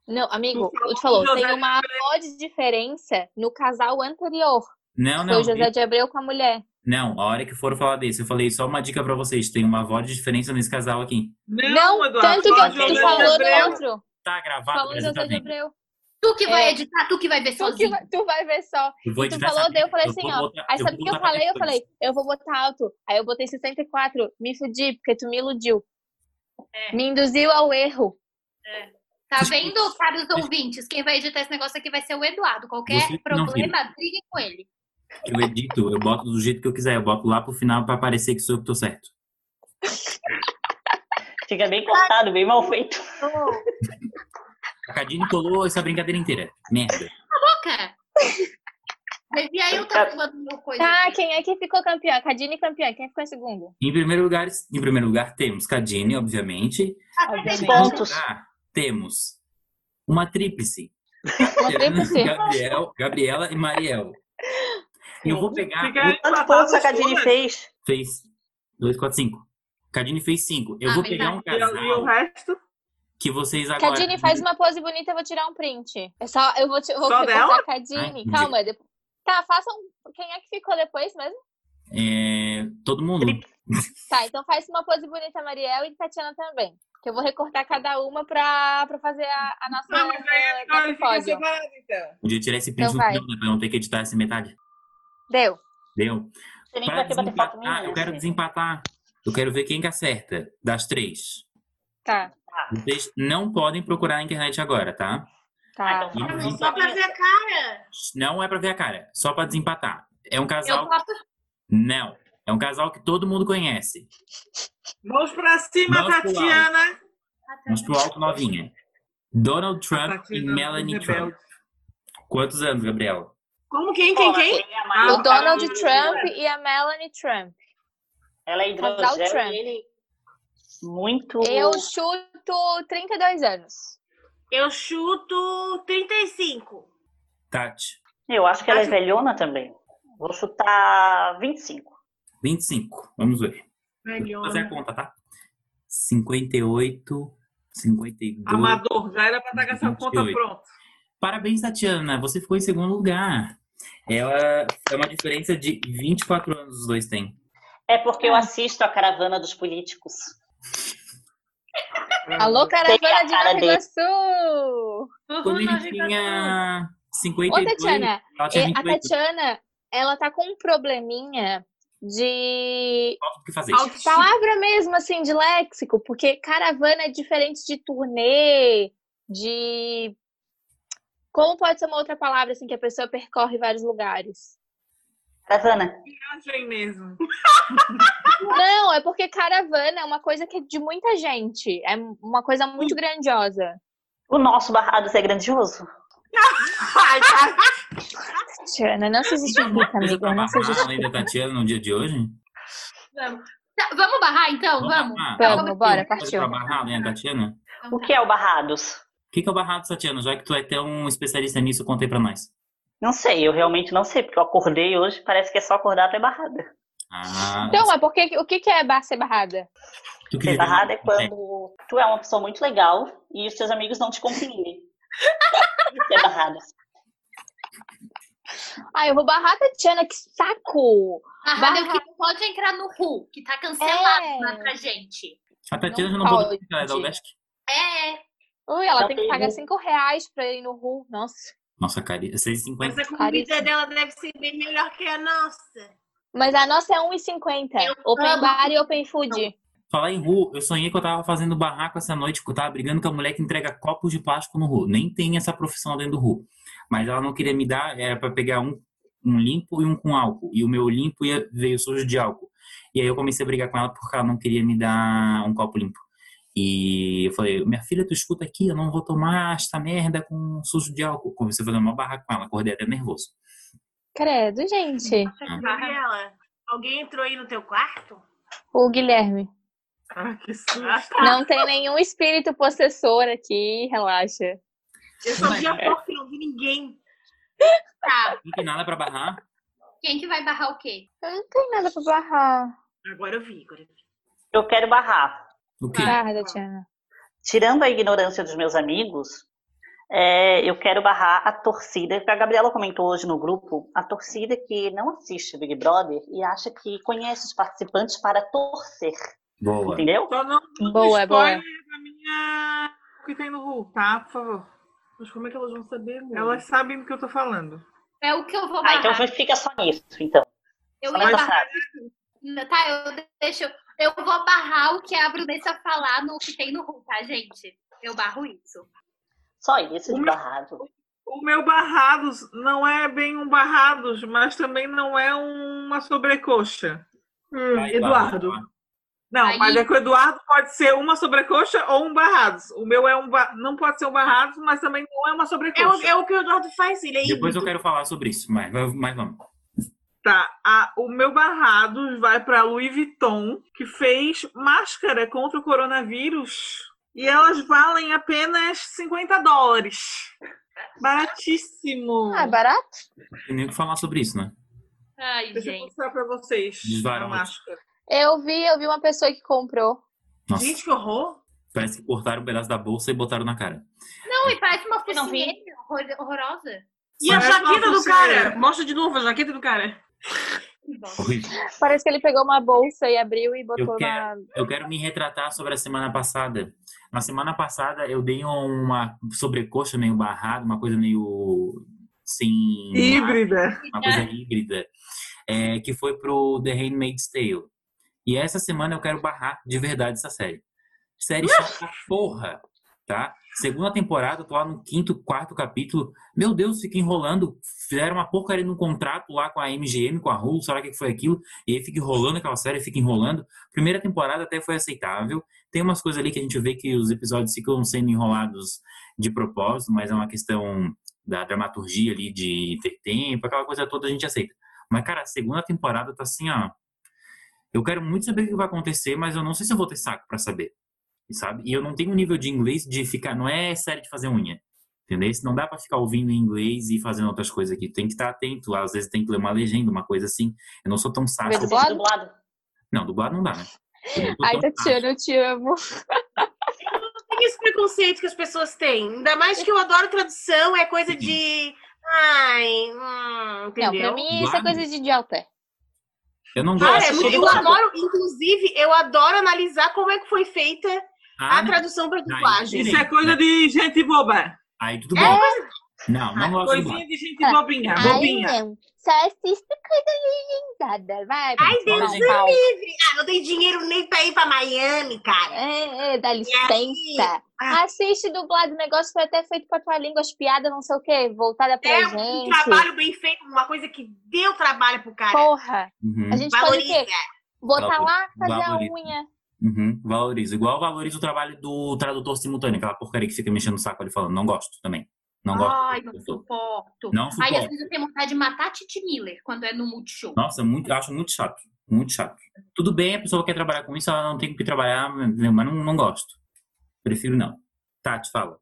D: Não, amigo,
C: Tu falou
D: eu te falou,
C: do José
D: tem uma avó de diferença no casal anterior.
A: Não,
D: que
A: Ah, não.
D: foi o José de Abreu com a mulher.
A: Não, a hora que foram falar desse, eu falei só uma dica pra vocês: tem uma avó de diferença nesse casal aqui.
C: Não,
D: Não,
C: Eduardo.
D: tanto
C: só
D: que
C: de
D: eu- tu
C: José
D: falou
C: Gabriel.
D: do outro.
A: Tá gravado,
D: Falou do
A: Brasil, tá
D: José de
A: vendo?
D: Abreu.
F: Tu que vai
D: É.
F: editar, tu que vai ver
D: Tu, que
F: sozinho.
D: vai, tu vai ver só.
A: Eu vou
D: Tu
A: editar essa
D: falou, daí eu
A: merda,
D: falei
A: vou
D: assim, ó.
A: botar-
D: Aí sabe o
A: vou
D: que eu
A: botar pra
D: falei? Eu
A: depois.
D: falei, eu vou botar alto. Aí eu botei 64. Me fudi, porque tu me iludiu.
F: É.
D: Me induziu ao erro.
F: Tá vendo, caros ouvintes? Quem vai editar esse negócio aqui vai ser o Eduardo.
A: Você
F: Qualquer
A: que não
F: problema, briguem com ele.
A: Eu edito, eu boto do jeito que eu quiser, eu boto lá pro final pra parecer que sou eu que tô certo.
B: Fica bem cortado, bem mal feito.
A: A Cadine colou essa brincadeira inteira. Merda.
F: Boca! Mas e aí eu tô filmando meu coisa.
D: Tá,
F: aqui.
D: quem é que ficou campeã? Cadine campeã. Quem ficou em segundo?
A: Em primeiro lugar, em primeiro lugar temos Cadine, obviamente.
F: Tá Aproveitando.
B: Pontos.
A: Ah, temos uma tríplice.
D: Uma tríplice.
A: Gabriel, Gabriela e Mariel. Eu vou pegar.
C: Fica aí
B: Quantos
C: empatados
B: pontos a Cadine
C: todas.
B: fez?
A: Fez 2, 4, 5. Cadine fez 5. Eu
F: Ah,
A: vou
F: mas
A: pegar
F: não.
A: um
C: E, e
A: casal
C: o resto?
A: que vocês agora.
D: Cadine, faz uma pose bonita, eu vou tirar um print. É só, eu vou, te, eu vou
C: Só
D: perguntar
C: dela?
D: a Cadine.
A: Ai,
D: Calma. depois- Tá, faça um. Quem é que ficou depois mesmo?
A: É, todo mundo.
D: Tá, então faz uma pose bonita, Mariel e Tatiana também. Que eu vou recortar cada uma pra, pra fazer a, a nossa.
C: Ah, mas aí
D: eh,
C: agora
D: nosso
C: fica
D: pódio.
C: separado, então.
A: Podia tirar esse print
D: Então
A: no
D: vai.
A: final, né, pra não ter que editar essa metade.
D: Deu.
A: Deu?
B: Você nem
A: Pra
B: pra que bater foto
A: desempatar,
B: minha.
A: Ah, eu quero
B: né?
A: desempatar. Eu quero ver quem que acerta das três.
D: Tá,
A: Vocês não podem procurar na internet agora, tá?
D: tá.
B: Ah, então
E: Só pra ver a cara.
A: Não é pra ver a cara, só pra desempatar. É um
F: Eu
A: casal.
F: posso.
A: Não. É um casal que todo mundo conhece.
C: Mãos pra cima,
A: Mãos pro
C: Tatiana.
A: Vamos pro alto novinha. Donald Trump e
C: Tatiana
A: Melanie
C: Rebelde.
A: Trump. Quantos anos, Gabriel?
E: Como quem, quem, quem?
B: é
C: Ah,
D: O
C: tá.
D: Donald Trump e a Melanie Trump.
B: Ela é
D: Casal
B: hidrogênio
D: Trump.
B: e ele... Muito...
D: Eu chuto 32 anos.
E: Eu chuto 35.
A: Tati,
B: Eu acho que ela é velhona também. Vou chutar 25.
A: 25. Vamos ver. Vou fazer a
E: Melhor.
A: conta, tá? 58, 52.
C: Amador, já era pra estar com essa conta
A: 28.
C: pronta.
A: Parabéns, Tatiana. Você ficou em segundo lugar. Ela é uma diferença de 24 anos os dois têm.
B: É porque
D: Ah.
B: eu assisto a caravana dos políticos.
D: Alô, caravana de
B: cara
D: Nova
B: dele.
D: Iguaçu!
A: Quando
F: Uhul,
A: ele
F: navegador.
A: tinha
D: Ô,
A: 52,
D: Tatiana,
A: ela
D: É,
A: tinha
D: a
A: 28.
D: Tatiana, ela tá com um probleminha de
A: Falta o que fazer.
E: Autoestima.
D: palavra mesmo, assim, de léxico, porque caravana é diferente de turnê, de. Como pode ser uma outra palavra, assim, que a pessoa percorre vários lugares?
B: Caravana.
C: Viagem mesmo.
D: Não, é porque caravana é uma coisa que é de muita gente, é uma coisa muito grandiosa.
B: O nosso Barrados é grandioso.
E: Ai, tá.
D: Tatiana, não se justifica,
A: Coisa
D: amiga.
A: pra
D: Não se
A: barrar
D: justifica.
A: além da Tatiana no dia de hoje?
F: Vamos. Tá, vamos barrar então? Vamos.
A: barrar?
D: Vamos, bora, Tá.
A: Coisa
D: partiu.
A: pra barrar além da Tatiana?
D: Ah,
B: O que é o Barrados?
A: O que, que é o barrado, Tatiana? Já que tu é até um especialista nisso, conta aí pra nós.
B: Não sei, eu realmente não sei, porque eu acordei hoje, parece que é só acordar até barrada.
A: Ah,
D: Então, mas por que, o que que é bar ser barrada?
A: tu queria um
B: Ser
A: dizer-
B: barrada é quando tu é uma pessoa muito legal e os teus amigos não te compreendem. Isso é barrado.
D: Ah, eu vou barrar a Tatiana, que saco!
F: Barrada é o que não pode entrar no RU, que tá cancelado
D: É.
F: lá pra gente.
A: A Tatiana já não
D: Não
A: pode ela é da
D: pode.
A: Udesc.
F: É,
D: Ui, ela
B: Ela
D: tem que
B: tem
D: pagar
B: um-
D: 5 reais pra ir no RU. Nossa.
A: Nossa, cara, é 6,50.
E: Essa comida dela deve ser bem melhor que a nossa.
D: Mas a nossa é 1,50.
F: Eu
D: Open
F: amo.
D: bar e open food.
A: Falar em rua, eu sonhei que eu tava fazendo barraco essa noite, que eu tava brigando com a mulher que entrega copos de plástico no rua. Nem tem essa profissão dentro do rua. Mas ela não queria me dar, era pra pegar um, um limpo e um com álcool. E o meu limpo ia- veio sujo de álcool. E aí eu comecei a brigar com ela porque ela não queria me dar um copo limpo. E eu falei, minha filha, tu escuta aqui, eu não vou tomar esta merda com sujo de álcool. Comecei a fazer uma barraco com ela, acordei até nervoso.
D: Credo, gente.
E: Gabriela, alguém entrou aí no teu quarto?
D: O Guilherme.
C: Ah, que susto.
E: Ah, tá.
D: Não tem nenhum espírito possessor aqui, relaxa.
E: Eu só vi a porta, eu não vi ninguém.
F: tá.
A: Não tem nada pra barrar.
F: Quem que vai barrar o quê?
D: Eu não tenho nada pra barrar.
E: Agora eu vi, agora eu vi.
B: Eu quero barrar.
A: O quê?
D: Barra, Tatiana.
B: Tirando a ignorância dos meus amigos, é, eu quero barrar a torcida, que a Gabriela comentou hoje no grupo, a torcida que não assiste o Big Brother e acha que conhece os participantes para torcer,
A: Boa.
B: entendeu?
C: Só não não
D: Boa, boa.
C: spoiler da minha... O que tem no Hulk, tá? Por favor.
E: Mas como é que elas vão saber? Lu?
C: Elas sabem do que eu tô falando.
F: É o que eu vou
B: Ah,
F: barrar.
B: então fica só nisso, então.
F: Eu
B: Só
F: ia
B: nessa
F: barrar.
B: frase.
F: Tá, eu deixo. Eu vou barrar o que a Brunessa falar no que tem no RU, tá, gente? Eu barro isso.
B: Só isso de
C: Uma-
B: barrado.
C: O meu barrados não é bem um barrados, mas também não é uma sobrecoxa.
E: Hum,
A: Vai,
E: Eduardo.
A: barra.
C: Não,
F: Aí-
C: mas é que o Eduardo pode ser uma sobrecoxa ou um barrados. O meu é um ba- não pode ser um barrados, mas também não é uma
E: É o,
C: sobrecoxa.
E: é o que o Eduardo faz, ele é
A: Depois eu
E: híbrido.
A: quero falar sobre isso, mas, mas vamos.
C: Tá, a- o meu barrados vai para Louis Vuitton, que fez máscara contra o coronavírus. E elas valem apenas 50 dólares. Baratíssimo.
D: Ah, é barato?
A: Tem nem o que falar sobre isso, né?
F: Ai,
C: Deixa eu
F: gente.
C: mostrar pra vocês
A: Desvara,
C: a
A: Ruth.
C: máscara.
D: Eu vi, eu vi uma pessoa que comprou.
A: Nossa,
E: Gente, que horror.
A: parece que cortaram um pedaço da bolsa e botaram na cara.
F: Não, e parece uma
B: não vi.
F: focinheira horror- horrorosa.
E: E a
C: Parece uma
E: jaqueta do
C: pulseira.
E: cara? é Mostra de novo a jaqueta do cara.
F: Que bom.
A: Horrível.
D: Parece que ele pegou uma bolsa e abriu e botou na.
A: quero- Eu quero me retratar sobre a semana passada. Na semana passada eu dei uma sobrecoxa meio barrada, uma coisa meio sem
C: Híbrida.
A: uma coisa híbrida, é, que foi pro The Handmaid's Tale. E essa semana eu quero barrar de verdade essa série. Série chata pra porra, tá? Segunda temporada, eu tô lá no quinto, quarto capítulo. Meu Deus, fica enrolando. Fizeram uma porcaria num contrato lá com a MGM, com a Hulu, sei lá o que que foi aquilo. E aí fica enrolando aquela série, fica enrolando. Primeira temporada até foi aceitável. Tem umas coisas ali que a gente vê que os episódios ficam sendo enrolados de propósito, mas é uma questão da dramaturgia ali de ter tempo, aquela coisa toda a gente aceita. Mas, cara, a segunda temporada tá assim, ó. Eu quero muito saber o que vai acontecer, mas eu não sei se eu vou ter saco pra saber. Sabe? E eu não tenho um nível de inglês de ficar. Não é série de fazer unha. Entendeu? Isso Não dá pra ficar ouvindo em inglês e fazendo outras coisas aqui. Tem que estar atento lá. Às vezes tem que ler uma legenda, uma coisa assim. Eu não sou tão sábio.
D: Mas-
B: Assiste dublado.
A: Não, dublado não dá, né? Eu não sou
D: Ai,
A: tão sábio.
D: Tatiana, eu te amo.
E: Tem esse preconceito que as pessoas têm. Ainda mais que eu adoro tradução, é coisa de. Ai, hum,
D: Não, pra
E: entendeu?
D: mim isso é coisa de idiota.
A: Eu não
E: Cara,
D: tá
A: gosto.
E: é muito- eu adoro, inclusive, eu adoro analisar como é que foi feita
A: Ah,
E: a tradução para dublagem.
C: Isso é coisa de gente boba.
A: Aí tudo bem. Não, não gosto de dublado.
C: Coisinha de gente
E: É.
C: bobinha. Bobinha.
D: Ai, não. Só assisto coisa legendada. Vai,
E: Ai,
A: Deus
D: vai tomar um
A: do
D: pau.
E: Ah, não tem dinheiro nem pra ir pra Miami, cara.
D: É, é, dá licença.
E: Ah.
D: Assiste dublado, o negócio foi até feito pra tua língua, as piadas, não sei o quê, voltada pra
E: É um
D: gente.
E: trabalho bem feito, uma coisa que deu trabalho pro cara.
D: Porra,
A: Uhum.
D: a gente pode o
E: Valoriza.
D: quê? Botar
A: Valoriza.
D: lá, fazer a
A: Valoriza.
D: unha.
A: Uhum, valorizo. Igual valorizo o trabalho do tradutor simultâneo, aquela porcaria que fica mexendo o saco ali falando. Não gosto também. Não gosto.
F: Ai,
A: do
F: não
A: professor.
F: suporto.
A: Não
F: Aí às
A: suporto.
F: vezes eu tenho vontade de matar a Titi Miller quando é no Multishow.
A: Nossa, muito, eu acho muito chato. Muito chato. Tudo bem, a pessoa quer trabalhar com isso, ela não tem com o que trabalhar, mas não, não gosto. Prefiro não. Tati, fala.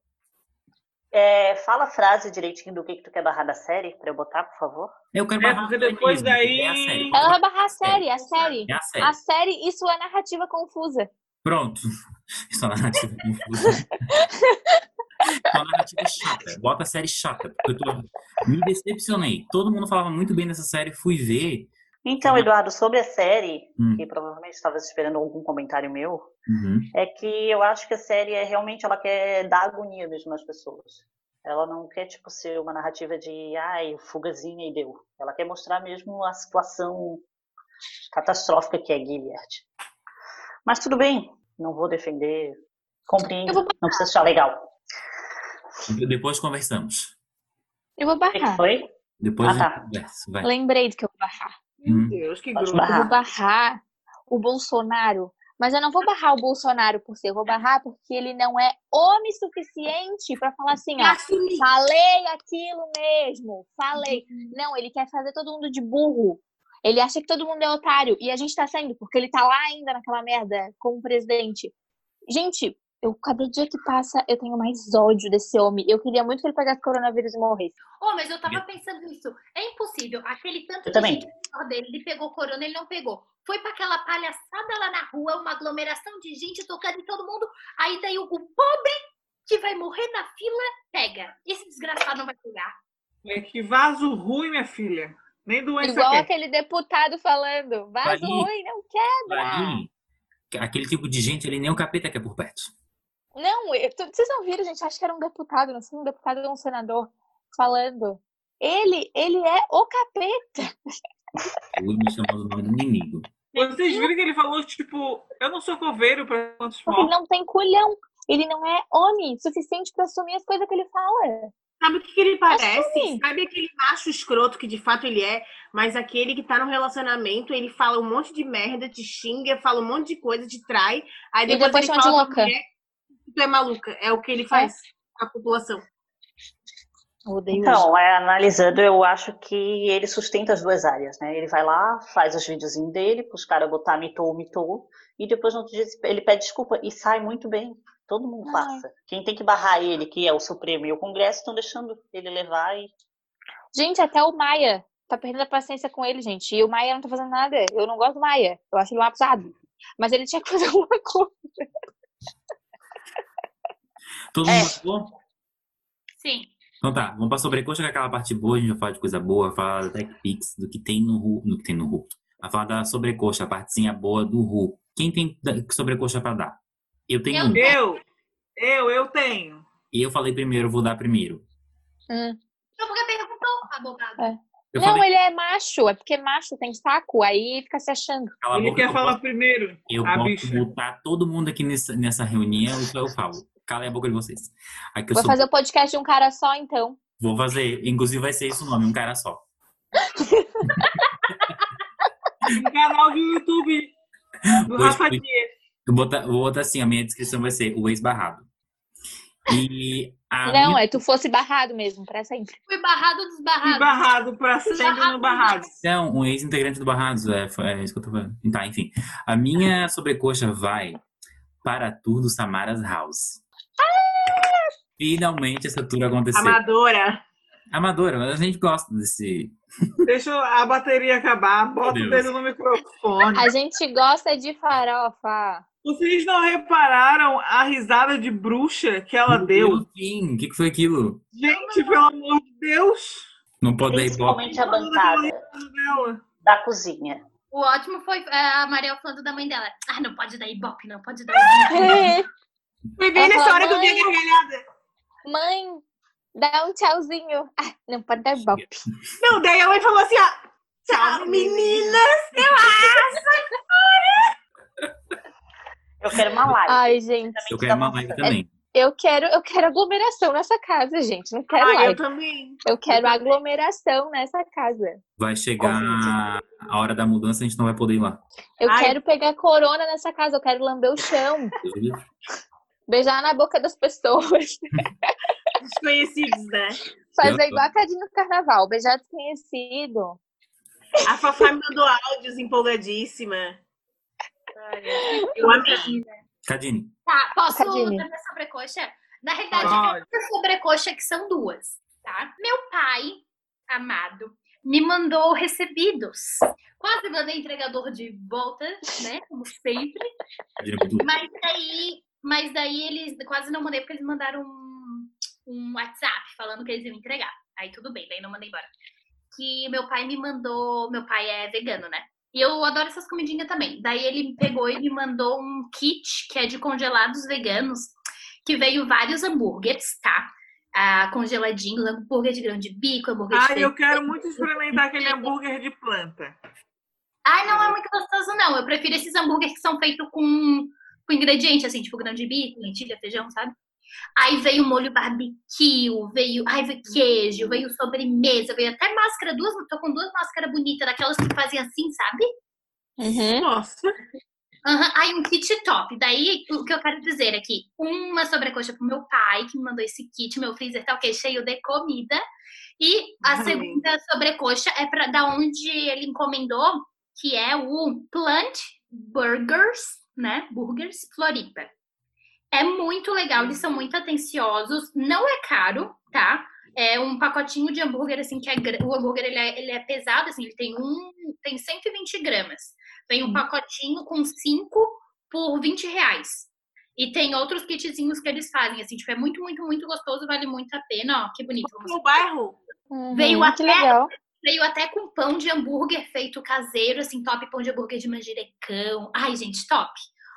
B: É, fala a frase direitinho do que, que tu quer barrar da série pra eu botar, por favor.
A: Eu quero
C: É,
A: barrar
C: porque
A: o
C: depois
A: feminismo, porque
C: daí-
A: É a série.
D: Ela vai barrar a série, a série.
A: É a série.
D: A série e sua narrativa confusa.
A: Pronto. Isso é uma narrativa confusa. É uma narrativa chata. Bota a série chata. Porque eu tô... me decepcionei. Todo mundo falava muito bem dessa série. Fui ver.
B: Então, Eduardo, sobre a série,
A: Hum.
B: que provavelmente estava esperando algum comentário meu,
A: Uhum.
B: é que eu acho que a série é realmente ela quer dar agonia mesmo às pessoas. Ela não quer tipo ser uma narrativa de ai, fugazinha e deu. Ela quer mostrar mesmo a situação catastrófica que é Gilead. Mas tudo bem, não vou defender. Compreendo,
D: Eu vou
B: não precisa achar legal.
A: Depois conversamos.
D: Eu vou
B: O que, que
D: barrar.
B: foi?
A: Depois
B: Ah,
A: a gente
B: tá.
A: conversa. Vai.
D: Lembrei do que eu vou barrar.
A: Hum.
C: Meu Deus, que
B: Pode
C: grupo.
D: Eu
B: barrar.
D: vou barrar o Bolsonaro. Mas eu não vou barrar o Bolsonaro por ser, eu vou barrar porque ele não é homem suficiente pra falar assim, ó.
F: Assumir.
D: Falei aquilo mesmo, falei. Não, ele quer fazer todo mundo de burro. Ele acha que todo mundo é otário. E a gente tá saindo porque ele tá lá ainda naquela merda como presidente. Gente, eu, cada dia que passa, eu tenho mais ódio desse homem. Eu queria muito que ele pegasse coronavírus e morresse.
F: Oh, mas eu tava pensando nisso. É impossível. Aquele tanto
B: Eu
F: de
B: também.
F: gente ao redor dele, ele pegou corona, ele não pegou. Foi pra aquela palhaçada lá na rua, uma aglomeração de gente tocando em todo mundo. Aí daí o, o pobre que vai morrer na fila pega. Esse desgraçado não vai pegar.
C: É que vaso ruim, minha filha. Nem doença
D: Igual
C: quer.
D: aquele deputado falando, vaso
A: Aí-
D: ruim, não quebra.
A: Ali, aquele tipo de gente, ele nem o capeta que é por perto.
D: Não, eu tô- vocês não viram, gente? Acho que era um deputado, não sei, um deputado ou um senador falando. Ele, ele é o capeta.
A: Ele me chamou do nome do inimigo.
C: Vocês viram que ele falou, tipo, eu não sou coveiro pra quantos
D: Porque ele
C: mortos.
D: não tem culhão. Ele não é homem suficiente pra assumir as coisas que ele fala.
E: Sabe o que, que ele
D: Assim.
E: parece? Sabe aquele macho escroto que de fato ele é, mas aquele que tá num relacionamento, ele fala um monte de merda, te xinga, fala um monte de coisa, te trai. Aí
D: E
E: depois,
D: depois
E: ele
D: chama de
E: fala pra
D: louca.
E: mulher que tu é maluca. É o que ele faz com a população.
D: Eu odeio isso.
B: Então, é, analisando, eu acho que ele sustenta as duas áreas, né? Ele vai lá, faz os videozinhos dele, pros caras botar mitou, mitou, e depois no outro dia ele pede desculpa e sai muito bem. Todo mundo
D: Ai.
B: passa. Quem tem que barrar ele, que é o Supremo e o Congresso, estão deixando ele levar e.
D: Gente, até o Maia tá perdendo a paciência com ele, gente. E o Maia não tá fazendo nada. Eu não gosto do Maia. Eu acho ele um abusado. Mas ele tinha que fazer alguma coisa.
A: Todo
B: É.
A: mundo gostou?
F: Sim.
A: Então tá, vamos pra sobrecoxa, que é aquela parte boa, a gente vai falar de coisa boa, vai falar da TechPix, do que tem no Ru, no que tem no Ru. Vai falar da sobrecoxa, a partezinha boa do Ru. Quem tem da- sobrecoxa pra dar? Eu tenho
F: Eu.
A: um.
C: Eu, eu, eu tenho.
A: E eu falei primeiro, vou dar primeiro.
D: Hum.
F: Então, porque perguntou, abogado.
A: Eu
D: não,
A: falei,
D: ele é macho. É porque macho tem saco. Aí fica se achando.
A: cala a
C: Ele
A: boca,
C: quer
A: eu
C: falar
A: posso-
C: primeiro.
A: Eu
C: a
A: posso
C: bicha.
A: botar todo mundo aqui nessa, nessa reunião e só eu falo. Calem a boca de vocês. Aqui eu
D: Vai
A: sou-
D: fazer o podcast de um cara só, então.
A: Vou fazer, inclusive vai ser isso o nome, um cara só.
C: Um canal do YouTube do
A: Pois
C: Rafa
A: fui.
C: Dias.
A: Eu vou botar, vou botar assim, a minha descrição vai ser o ex-barrado. E a
D: não,
A: minha-
D: é tu fosse barrado mesmo, pra sempre.
F: Fui barrado dos
C: E
E: Ah,
F: barrados.
C: barrado pra sempre no barrado.
A: Não, um ex-integrante do Barrados, é, foi- é isso que eu tô falando. Tá, enfim. A minha sobrecoxa vai para a tour do Samaras House. Finalmente essa tour aconteceu.
E: Amadora.
A: Amadora, mas a gente gosta desse.
C: Deixa a bateria acabar, bota
A: Meu
C: o
A: Deus.
C: dedo no microfone.
D: A gente gosta de farofa.
C: Vocês não repararam a risada de bruxa que ela deu?
A: Enfim, o que que foi aquilo?
C: Gente, pelo amor de Deus!
A: Não pode dar hipótese.
B: Principalmente a bancada
C: Dela.
B: da cozinha.
F: O ótimo foi é, a Mariel falando da mãe dela. Ah, não pode dar ibope, não pode dar ibope.
E: Foi bem
C: É
D: Eu
E: nessa
D: falo,
E: hora que eu vi a
D: mãe.
E: gargalhada.
D: Mãe, dá um tchauzinho. Ah, não pode dar golpe.
E: Não, daí a mãe falou assim, ó. Tchau, menina.
B: Eu quero uma live.
D: Ai, gente,
A: Eu quero uma live também.
D: eu quero, eu quero aglomeração nessa casa, gente. Não
C: É,
D: quero
E: Ah, eu
D: live.
E: também.
D: Eu quero aglomeração nessa casa.
A: Vai chegar
B: Convite.
A: a hora da mudança, a gente não vai poder ir lá.
D: Eu
E: Ai.
D: quero pegar corona nessa casa. Eu quero lamber o chão,
A: Eu-
D: beijar na boca das pessoas.
E: Desconhecidos, né?
D: Fazer igual a Cadinho no carnaval, beijar desconhecido.
E: A Fafá me mandou áudios empolgadíssima. Eu amei.
A: Cadine,
F: Tá, posso
D: Cadine.
F: dar minha sobrecoxa? Na realidade, é uma sobrecoxa que são duas, tá? Meu pai, amado, me mandou recebidos. Quase mandei entregador de volta, né? Como sempre.
A: Cadine é muito louca.
F: Mas daí, mas daí eles quase não mandei porque eles mandaram um, um WhatsApp falando que eles iam entregar. Aí tudo bem, daí não mandei embora. Que meu pai me mandou, meu pai é vegano, né? E eu adoro essas comidinhas também. Daí ele pegou e me mandou um kit que é de congelados veganos, que veio vários hambúrgueres, tá? Ah, congeladinhos, hambúrguer de grão de bico, hambúrguer de
C: Ai,
F: feijão.
C: eu quero muito experimentar aquele hambúrguer de planta.
F: Ai, não é muito gostoso, não. Eu prefiro esses hambúrgueres que são feitos com, com ingrediente, assim, tipo grão de bico, lentilha, feijão, sabe? Aí veio molho barbecue, veio, ai, veio queijo, veio sobremesa, veio até máscara, duas, tô com duas máscaras bonitas, daquelas que fazem assim, sabe?
D: Uhum.
E: Nossa.
F: Aham, aí um kit top. Daí, o que eu quero dizer é que uma sobrecoxa pro meu pai, que me mandou esse kit, meu freezer tá ok, cheio de comida. E a
E: Ai.
F: segunda sobrecoxa é pra, da onde ele encomendou, que é o Plant Burgers, né? Burgers Floripa. É muito legal, eles são muito atenciosos, não é caro, tá? É um pacotinho de hambúrguer, assim, que é, gr- o hambúrguer ele é, ele é pesado, assim, ele tem um, tem 120 gramas. Vem um pacotinho com 5 por 20 reais. E tem outros kitzinhos que eles fazem, assim, tipo, é muito, muito, muito gostoso, vale muito a pena, ó, que bonito. Vamos-
E: No bairro.
D: Uhum.
F: Veio
D: que
F: até-
D: legal.
F: Veio até com pão de hambúrguer feito caseiro, assim, top pão de hambúrguer de manjericão. Ai, gente, top.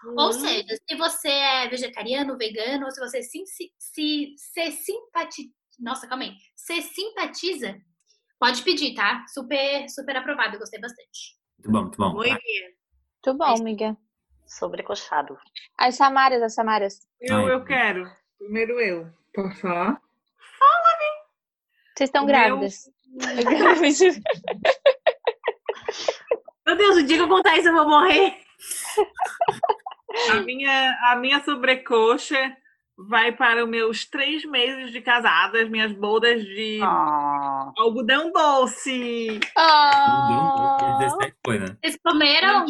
D: Hum.
F: Ou seja, se você é vegetariano, vegano, ou se você se, se, se, simpatiza. Nossa, calma aí. Se simpatiza, pode pedir, tá? Super, super aprovado, eu gostei bastante.
A: Muito bom, muito bom.
E: Oi,
A: Ah,
E: Bia.
D: Muito bom, amiga.
B: Sobrecoxado.
D: As Samaras, as Samaras.
C: Eu,
A: Ai.
C: eu quero. Primeiro eu. Posso falar?
D: Vocês estão
C: Meu-
D: grávidas.
E: Meu Deus, o dia que eu contar isso eu vou morrer.
C: A minha, a minha sobrecoxa vai para os meus três meses de casada, as minhas bodas de
B: Ah,
C: algodão doce.
A: tudo bem,
D: oh.
A: 17 coisa.
F: Vocês comeram?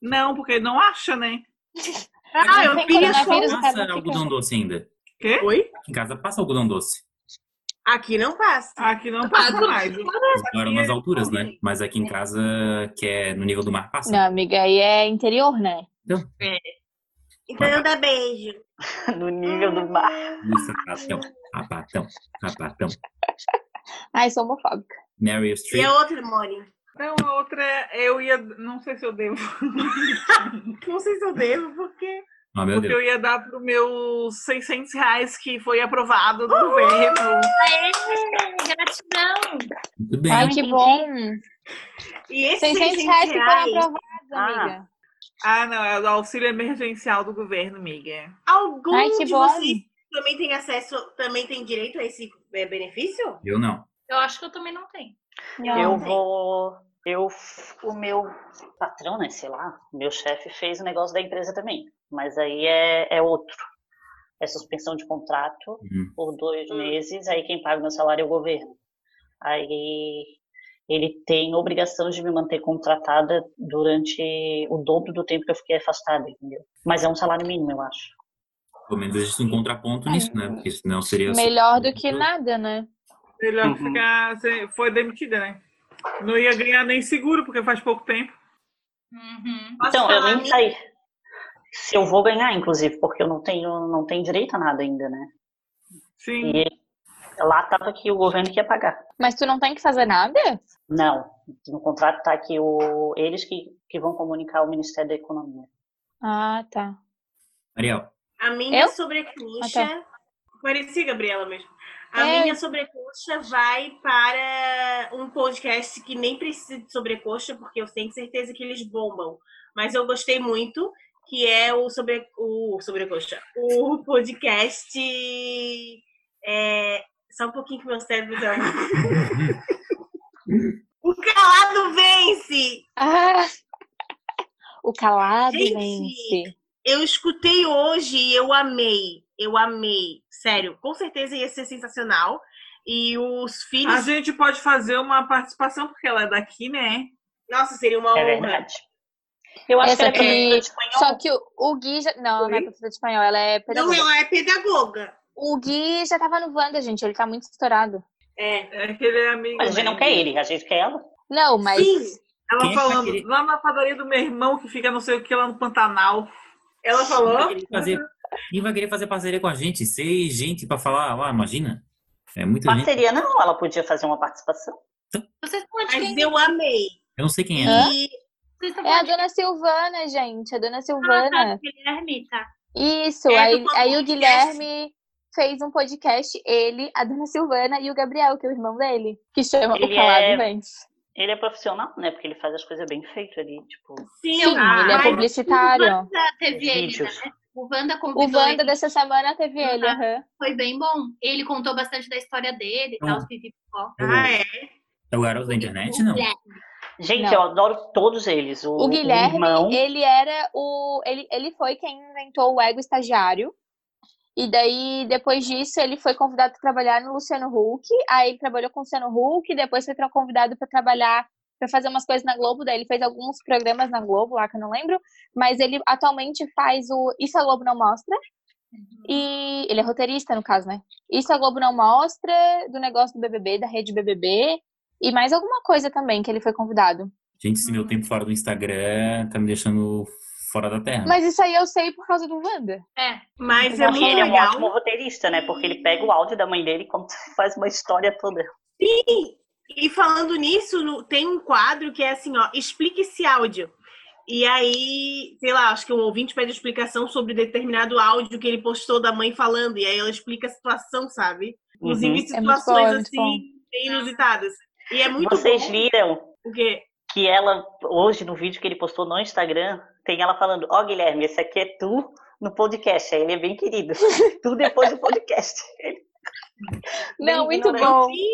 C: Não, porque não acha, né?
E: Ah, eu
D: Tem
E: vi a sua-
D: coronavírus,
A: Passa
D: cara, fica-
A: algodão doce ainda.
C: Quê?
E: Oi?
A: Em casa passa algodão doce.
E: Aqui não passa.
C: Aqui não passa
F: Ah,
C: mais.
A: Agora nas alturas, né? Mas aqui em casa, que é no nível do mar, passa.
D: Não, amiga, aí é interior, né?
E: Então eu dá beijo.
B: no nível do mar.
A: Do sapatão, sapatão, sapatão.
D: Ai, Ah, sou homofóbica.
A: Meryl
E: E é
A: Streep.
E: a outra, Mori?
C: Então a outra, eu ia. Não sei se eu devo.
E: Não sei se eu devo, porque.
A: Ah, meu
C: Porque
A: Deus.
C: eu ia dar pro meu 600 reais que foi aprovado do governo.
F: Aê, gratidão!
A: Muito bem.
D: Ai, que
B: entendi.
D: bom.
E: E esse
D: 600 reais que foram aprovados,
B: Ah.
D: amiga.
C: Ah, não, é o auxílio emergencial do governo, miga.
E: Algum
D: Ai, que
E: de
D: bom.
E: vocês também tem acesso, também tem direito a esse é, benefício?
A: Eu não.
F: Eu acho que eu também não tenho.
D: Não.
B: Eu
E: Sim.
B: vou. Eu, o meu patrão, né? Sei lá, o meu chefe fez o negócio da empresa também. Mas aí é, é outro. É suspensão de contrato
A: Uhum.
B: por dois
E: Hum.
B: meses, aí quem paga o meu salário é o governo. Aí ele tem obrigação de me manter contratada durante o dobro do tempo que eu fiquei afastada, entendeu? Mas é um salário mínimo, eu acho.
A: Pelo menos existe um contraponto nisso, né? Porque senão seria.
D: Melhor do que nada, né?
C: Melhor
B: Uhum.
C: ficar. você Foi demitida, né? Não ia ganhar nem seguro, porque faz pouco tempo.
F: Uhum.
E: Posso
B: Então, eu
E: falar a
B: nem
E: minha?
B: saí. Se eu vou ganhar, inclusive, porque eu não tenho, não tenho direito a nada ainda, né?
C: Sim.
A: Uhum.
B: E lá tava que o governo que ia pagar.
D: Mas tu não tem que fazer nada?
B: Não, no contrato tá que o, eles que, que vão comunicar ao Ministério da Economia.
D: Ah, tá.
A: Ariel,
E: A minha
D: Eu? Ah, tá.
E: sobrecoxa. Parecia Gabriela mesmo. A
D: É.
E: minha sobrecoxa vai para um podcast que nem precisa de sobrecoxa, porque eu tenho certeza que eles bombam. Mas eu gostei muito, que é o sobre o sobrecoxa. O podcast. é, Só um pouquinho que meu cérebro já. o calado vence!
D: Ah! O calado
E: Gente!
D: vence.
E: Eu escutei hoje e eu amei. eu amei. Sério, com certeza ia ser sensacional. E os filhos.
C: A gente pode fazer uma participação, porque ela é daqui, né?
E: Nossa, seria uma
B: É
E: honra.
B: verdade. Eu acho
D: Essa
B: que ela é
D: aqui-
B: espanhol.
D: Só que o, o Gui já. Não, não é professora de espanhol, ela é
E: Não,
D: pedagoga.
E: ela é pedagoga.
D: O Gui já tava no Wanda, gente. Ele tá muito estourado.
E: É.
C: É que ele é amigo.
B: Mas a gente
C: né?
B: não quer ele, a gente quer ela.
D: Não, mas.
E: Sim,
C: Ela
A: Quem é que vai
C: falando
A: querer?
C: lá na padaria do meu irmão que fica não sei o que lá no Pantanal.
E: ela falou.
A: Fazer, quem vai querer fazer parceria com a gente? Seis gente pra falar lá, imagina. É muita gente.
B: Parceria não, ela podia fazer uma participação.
F: Vocês estão falando de
E: Mas
F: quem?
E: eu amei.
A: Eu não sei quem é.
D: Hã?
E: E
F: Vocês estão
D: É a
F: falando de
D: dona Silvana, gente. A dona
F: Ah, tá,
D: Silvana.
F: do Guilherme, tá.
D: Isso.
E: É do
D: aí, aí o
E: podcast.
D: Guilherme fez um podcast, ele, a dona Silvana e o Gabriel, que é o irmão dele, que chama
B: Ele
D: O Calado
B: é-
D: Vem.
B: Ele é profissional, né? Porque ele faz as coisas bem feitas ali, tipo.
E: sim,
D: Sim,
E: ah,
D: ele é
E: mas-
D: publicitário.
F: O Wanda teve ele,
B: Vídeos.
F: né? O Wanda
D: O
F: convidou
D: Wanda
F: ele,
D: dessa semana teve ele.
F: Uhum.
D: aham.
F: foi bem bom. Ele contou bastante da história dele e
A: Hum.
F: tal, pipi, pipó.
E: Ah, é.
A: É o garoto da internet, não?
F: É,
B: Gente,
D: Não.
B: eu adoro todos eles. O, é
D: O
B: o
D: Guilherme,
B: irmão.
D: ele era o. Ele, ele foi quem inventou o ego estagiário. E daí, depois disso, ele foi convidado para trabalhar no Luciano Huck. Aí ele trabalhou com o Luciano Huck, depois foi tra- convidado para trabalhar para fazer umas coisas na Globo. Daí ele fez alguns programas na Globo lá que eu não lembro. Mas ele atualmente faz o Isso a Globo Não Mostra.
B: Uhum.
D: E ele é roteirista, no caso, né? Isso a Globo Não Mostra, do negócio do BBB, da rede BBB. E mais alguma coisa também que ele foi convidado.
A: Gente, esse meu tempo fora do Instagram tá me deixando fora da terra.
D: Mas isso aí eu sei por causa do Wanda.
F: É.
E: Mas é
B: Porque
E: muito
B: ele é um
E: legal.
B: ótimo roteirista, né? Porque ele pega o áudio da mãe dele e conta- faz uma história toda.
E: E falando nisso, no- tem um quadro que é assim, ó, explique esse áudio. E aí, sei lá, acho que um ouvinte pede explicação sobre determinado áudio que ele postou da mãe falando, e aí ela explica a situação, sabe?
B: Uhum.
E: Inclusive
D: É muito
E: situações
D: bom, é muito
E: assim,
D: bom.
E: bem inusitadas. E é muito
B: Vocês
E: bom,
B: viram
E: porque
B: que ela, hoje, no vídeo que ele postou no Instagram, tem ela falando: Ó, Guilherme, esse aqui é tu no podcast. Aí ele é bem querido. tu depois do podcast.
D: Não, muito
B: ignorante.
D: bom.
E: ele,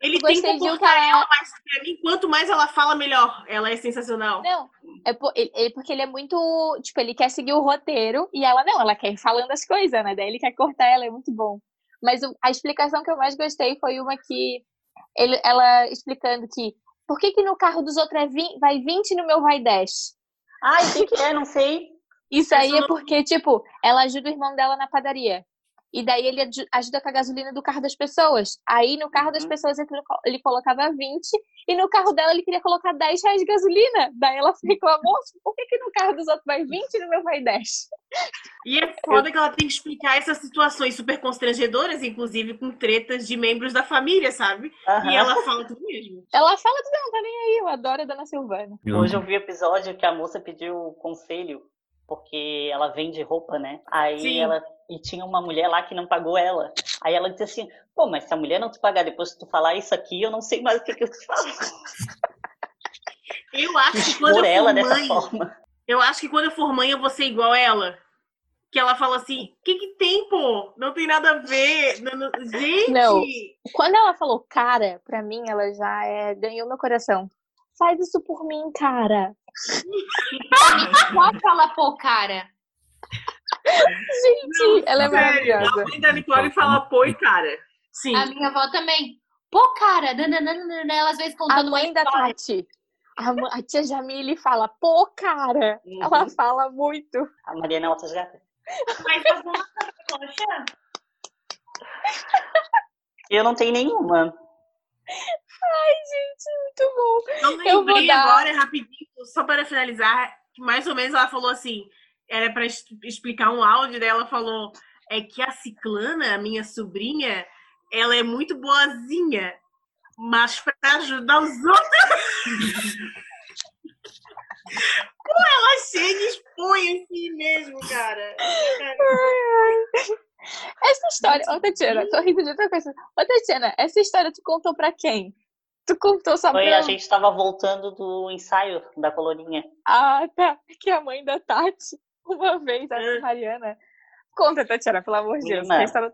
E: é ele tem
D: Gostei
E: que
D: de o
E: cortar
D: cara.
E: mais pra mim. Quanto mais ela fala, melhor. Ela é sensacional.
D: Não, é, po- ele- é porque ele é muito. Tipo, ele quer seguir o roteiro e ela não, ela quer ir falando as coisas, né? Daí ele quer cortar ela, é muito bom. Mas o- a explicação que eu mais gostei foi uma que. ele- ela explicando que. Por que, que no carro dos outros é 20, vai 20 e no meu vai 10?
B: Ai, o que, que é? Não sei.
D: Isso
E: Essa
D: aí
E: eu
D: é
E: não-
D: porque, tipo, ela ajuda o irmão dela na padaria. E daí ele aju- ajuda com a gasolina do carro das pessoas. Aí no carro das
B: Uhum.
D: pessoas ele colo- ele colocava 20 e no carro dela ele queria colocar 10 reais de gasolina. Daí ela reclamou, por que, que no carro dos outros vai 20 e no meu vai 10?
E: E é foda que ela tem que explicar essas situações super constrangedoras, inclusive com tretas de membros da família, sabe?
B: Aham.
E: E ela fala tudo mesmo.
D: Ela fala tudo, não tá nem aí, eu adoro a dona Silvana.
A: Eu-
B: Hoje eu vi o episódio que a moça pediu conselho, porque ela vende roupa, né? Aí
E: Sim.
B: ela. E tinha uma mulher lá que não pagou ela. Aí ela disse assim: pô, mas se a mulher não te pagar depois que tu falar isso aqui, eu não sei mais o que, que eu te falo.
E: Eu acho que quando eu
B: Por ela
E: for
B: dessa
E: mãe,
B: forma.
E: eu acho que quando eu for mãe eu vou ser igual ela. Que ela fala assim: "O que que tem, pô? Não tem nada a ver". Não, não- Gente,
D: Não. Quando ela falou cara, pra mim ela já é, ganhou meu coração. Faz isso por mim, cara.
F: Pode falar, pô, cara.
D: Gente, ela é
C: Sério,
D: maravilhosa.
C: a mãe da Nicole fala pô, e cara.
E: sim.
F: A minha avó também. Pô, cara. nananana, Ela às vezes
D: A
F: contando uma
D: mãe da
F: história.
D: Tati. A, mã- a tia Jamile fala, pô, cara.
B: Uhum.
D: Ela fala muito.
B: A Mariana tá Altas Gata.
E: Mas tá bom, poxa.
B: Eu não tenho nenhuma.
D: Muito bom.
E: Eu
D: Eu vou
E: lembrei
D: dar-
E: agora, é rapidinho, só para finalizar, que mais ou menos ela falou assim, era para explicar um áudio dela, ela falou, é que a Ciclana, a minha sobrinha, ela é muito boazinha, mas para ajudar os outros... Pô, ela é chega e expõe assim mesmo, cara.
D: Essa história. Ô, Tatiana, tô rindo de outra coisa. Ô, Tatiana, essa história tu contou pra quem? Tu contou só
B: Foi,
D: pra.
B: a gente estava voltando do ensaio da colorinha.
D: Ah, tá. Que a mãe da Tati, uma vez, a
E: É.
D: Mariana. Conta, Tatiana, pelo amor de Deus.
B: Hum. Menina.
D: que a história-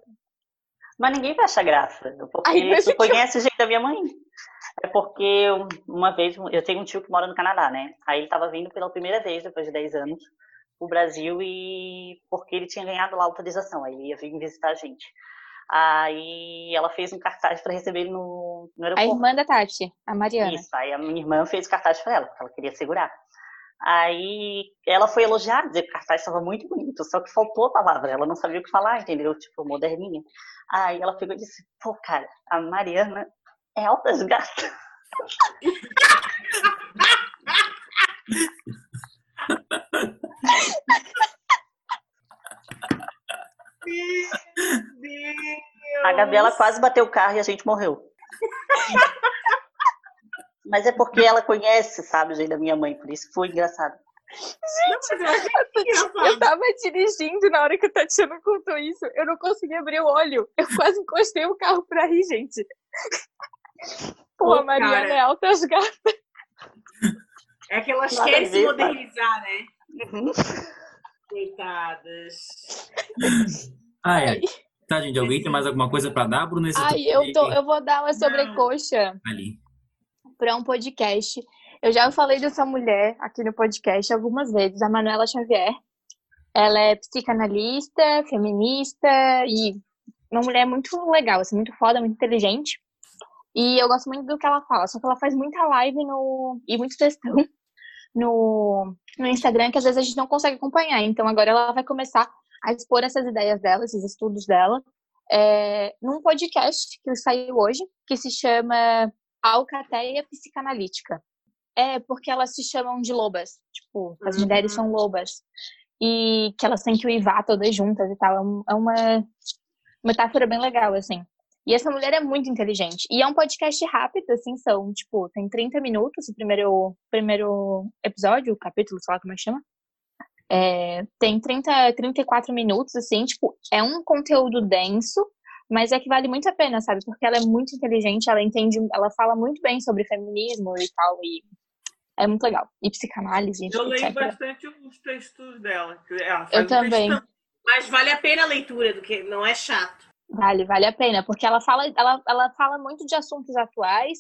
B: Mas ninguém vai achar graça, porque
D: Ai, mas
B: tu
D: o que eu-
B: conhece o jeito da minha mãe. É porque eu- uma vez, eu tenho um tio que mora no Canadá, né? Aí ele tava vindo pela primeira vez, depois de 10 anos, o Brasil e porque ele tinha ganhado lá a autorização, aí ele ia vir visitar a gente. Aí ela fez um cartaz para receber ele no, no
D: A
B: aeroporto.
D: irmã da Tati, a Mariana.
B: Isso, aí a minha irmã fez o cartaz pra ela, porque ela queria segurar. Aí ela foi elogiar, dizer que o cartaz estava muito bonito, só que faltou a palavra, ela não sabia o que falar, entendeu? Tipo, moderninha. Aí ela pegou e disse, pô, cara, a Mariana é altas gatas.
C: Meu Deus.
B: A Gabriela quase bateu o carro e a gente morreu. Mas é porque ela conhece, sabe, o jeito da minha mãe, por isso foi engraçado.
D: Eu tava dirigindo na hora que a Tatiana contou isso. Eu não consegui abrir o olho. Eu quase encostei o carro pra rir, gente. Pô,
E: Pô,
D: a Mariana
E: cara.
D: é altas gatas.
E: É que elas
B: Nada
E: querem
B: a
E: se
B: ver, tá? Uhum.
E: modernizar, né? Coitadas.
A: Ah, é. Tá, gente, alguém tem mais alguma coisa pra dar, Bruno? Esse
D: Ai,
A: top
D: eu, tô,
A: aí,
D: eu vou dar uma sobrecoxa
A: Ali.
D: pra um podcast. Eu já falei dessa mulher aqui no podcast algumas vezes, a Manuela Xavier. Ela é psicanalista, feminista e uma mulher muito legal, assim, muito foda, muito inteligente. E eu gosto muito do que ela fala, só que ela faz muita live no e muito textão no, no Instagram que às vezes a gente não consegue acompanhar. Então agora ela vai começar a expor essas ideias dela, esses estudos dela, é, num podcast que saiu hoje, que se chama Alcateia Psicanalítica. É porque elas se chamam de lobas, tipo, as
E: Uhum.
D: mulheres são lobas. E que elas têm que uivar todas juntas e tal. É um- É uma metáfora bem legal, assim. E essa mulher é muito inteligente. E é um podcast rápido, assim, são, tipo, tem 30 minutos o primeiro, primeiro episódio, o capítulo, sei lá como é que chama. É, tem 30, 34 minutos, assim, tipo, é um conteúdo denso, mas é que vale muito a pena, sabe? Porque ela é muito inteligente, ela entende, ela fala muito bem sobre feminismo e tal, e é muito legal. E psicanálise,
C: Eu leio
D: etc.
B: é
C: bastante os textos dela. que Ela faz
D: Eu
C: um
D: também.
C: textão.
E: Mas vale a pena a leitura, do que não é chato.
D: Vale, vale a pena, porque ela fala, ela, ela fala muito de assuntos atuais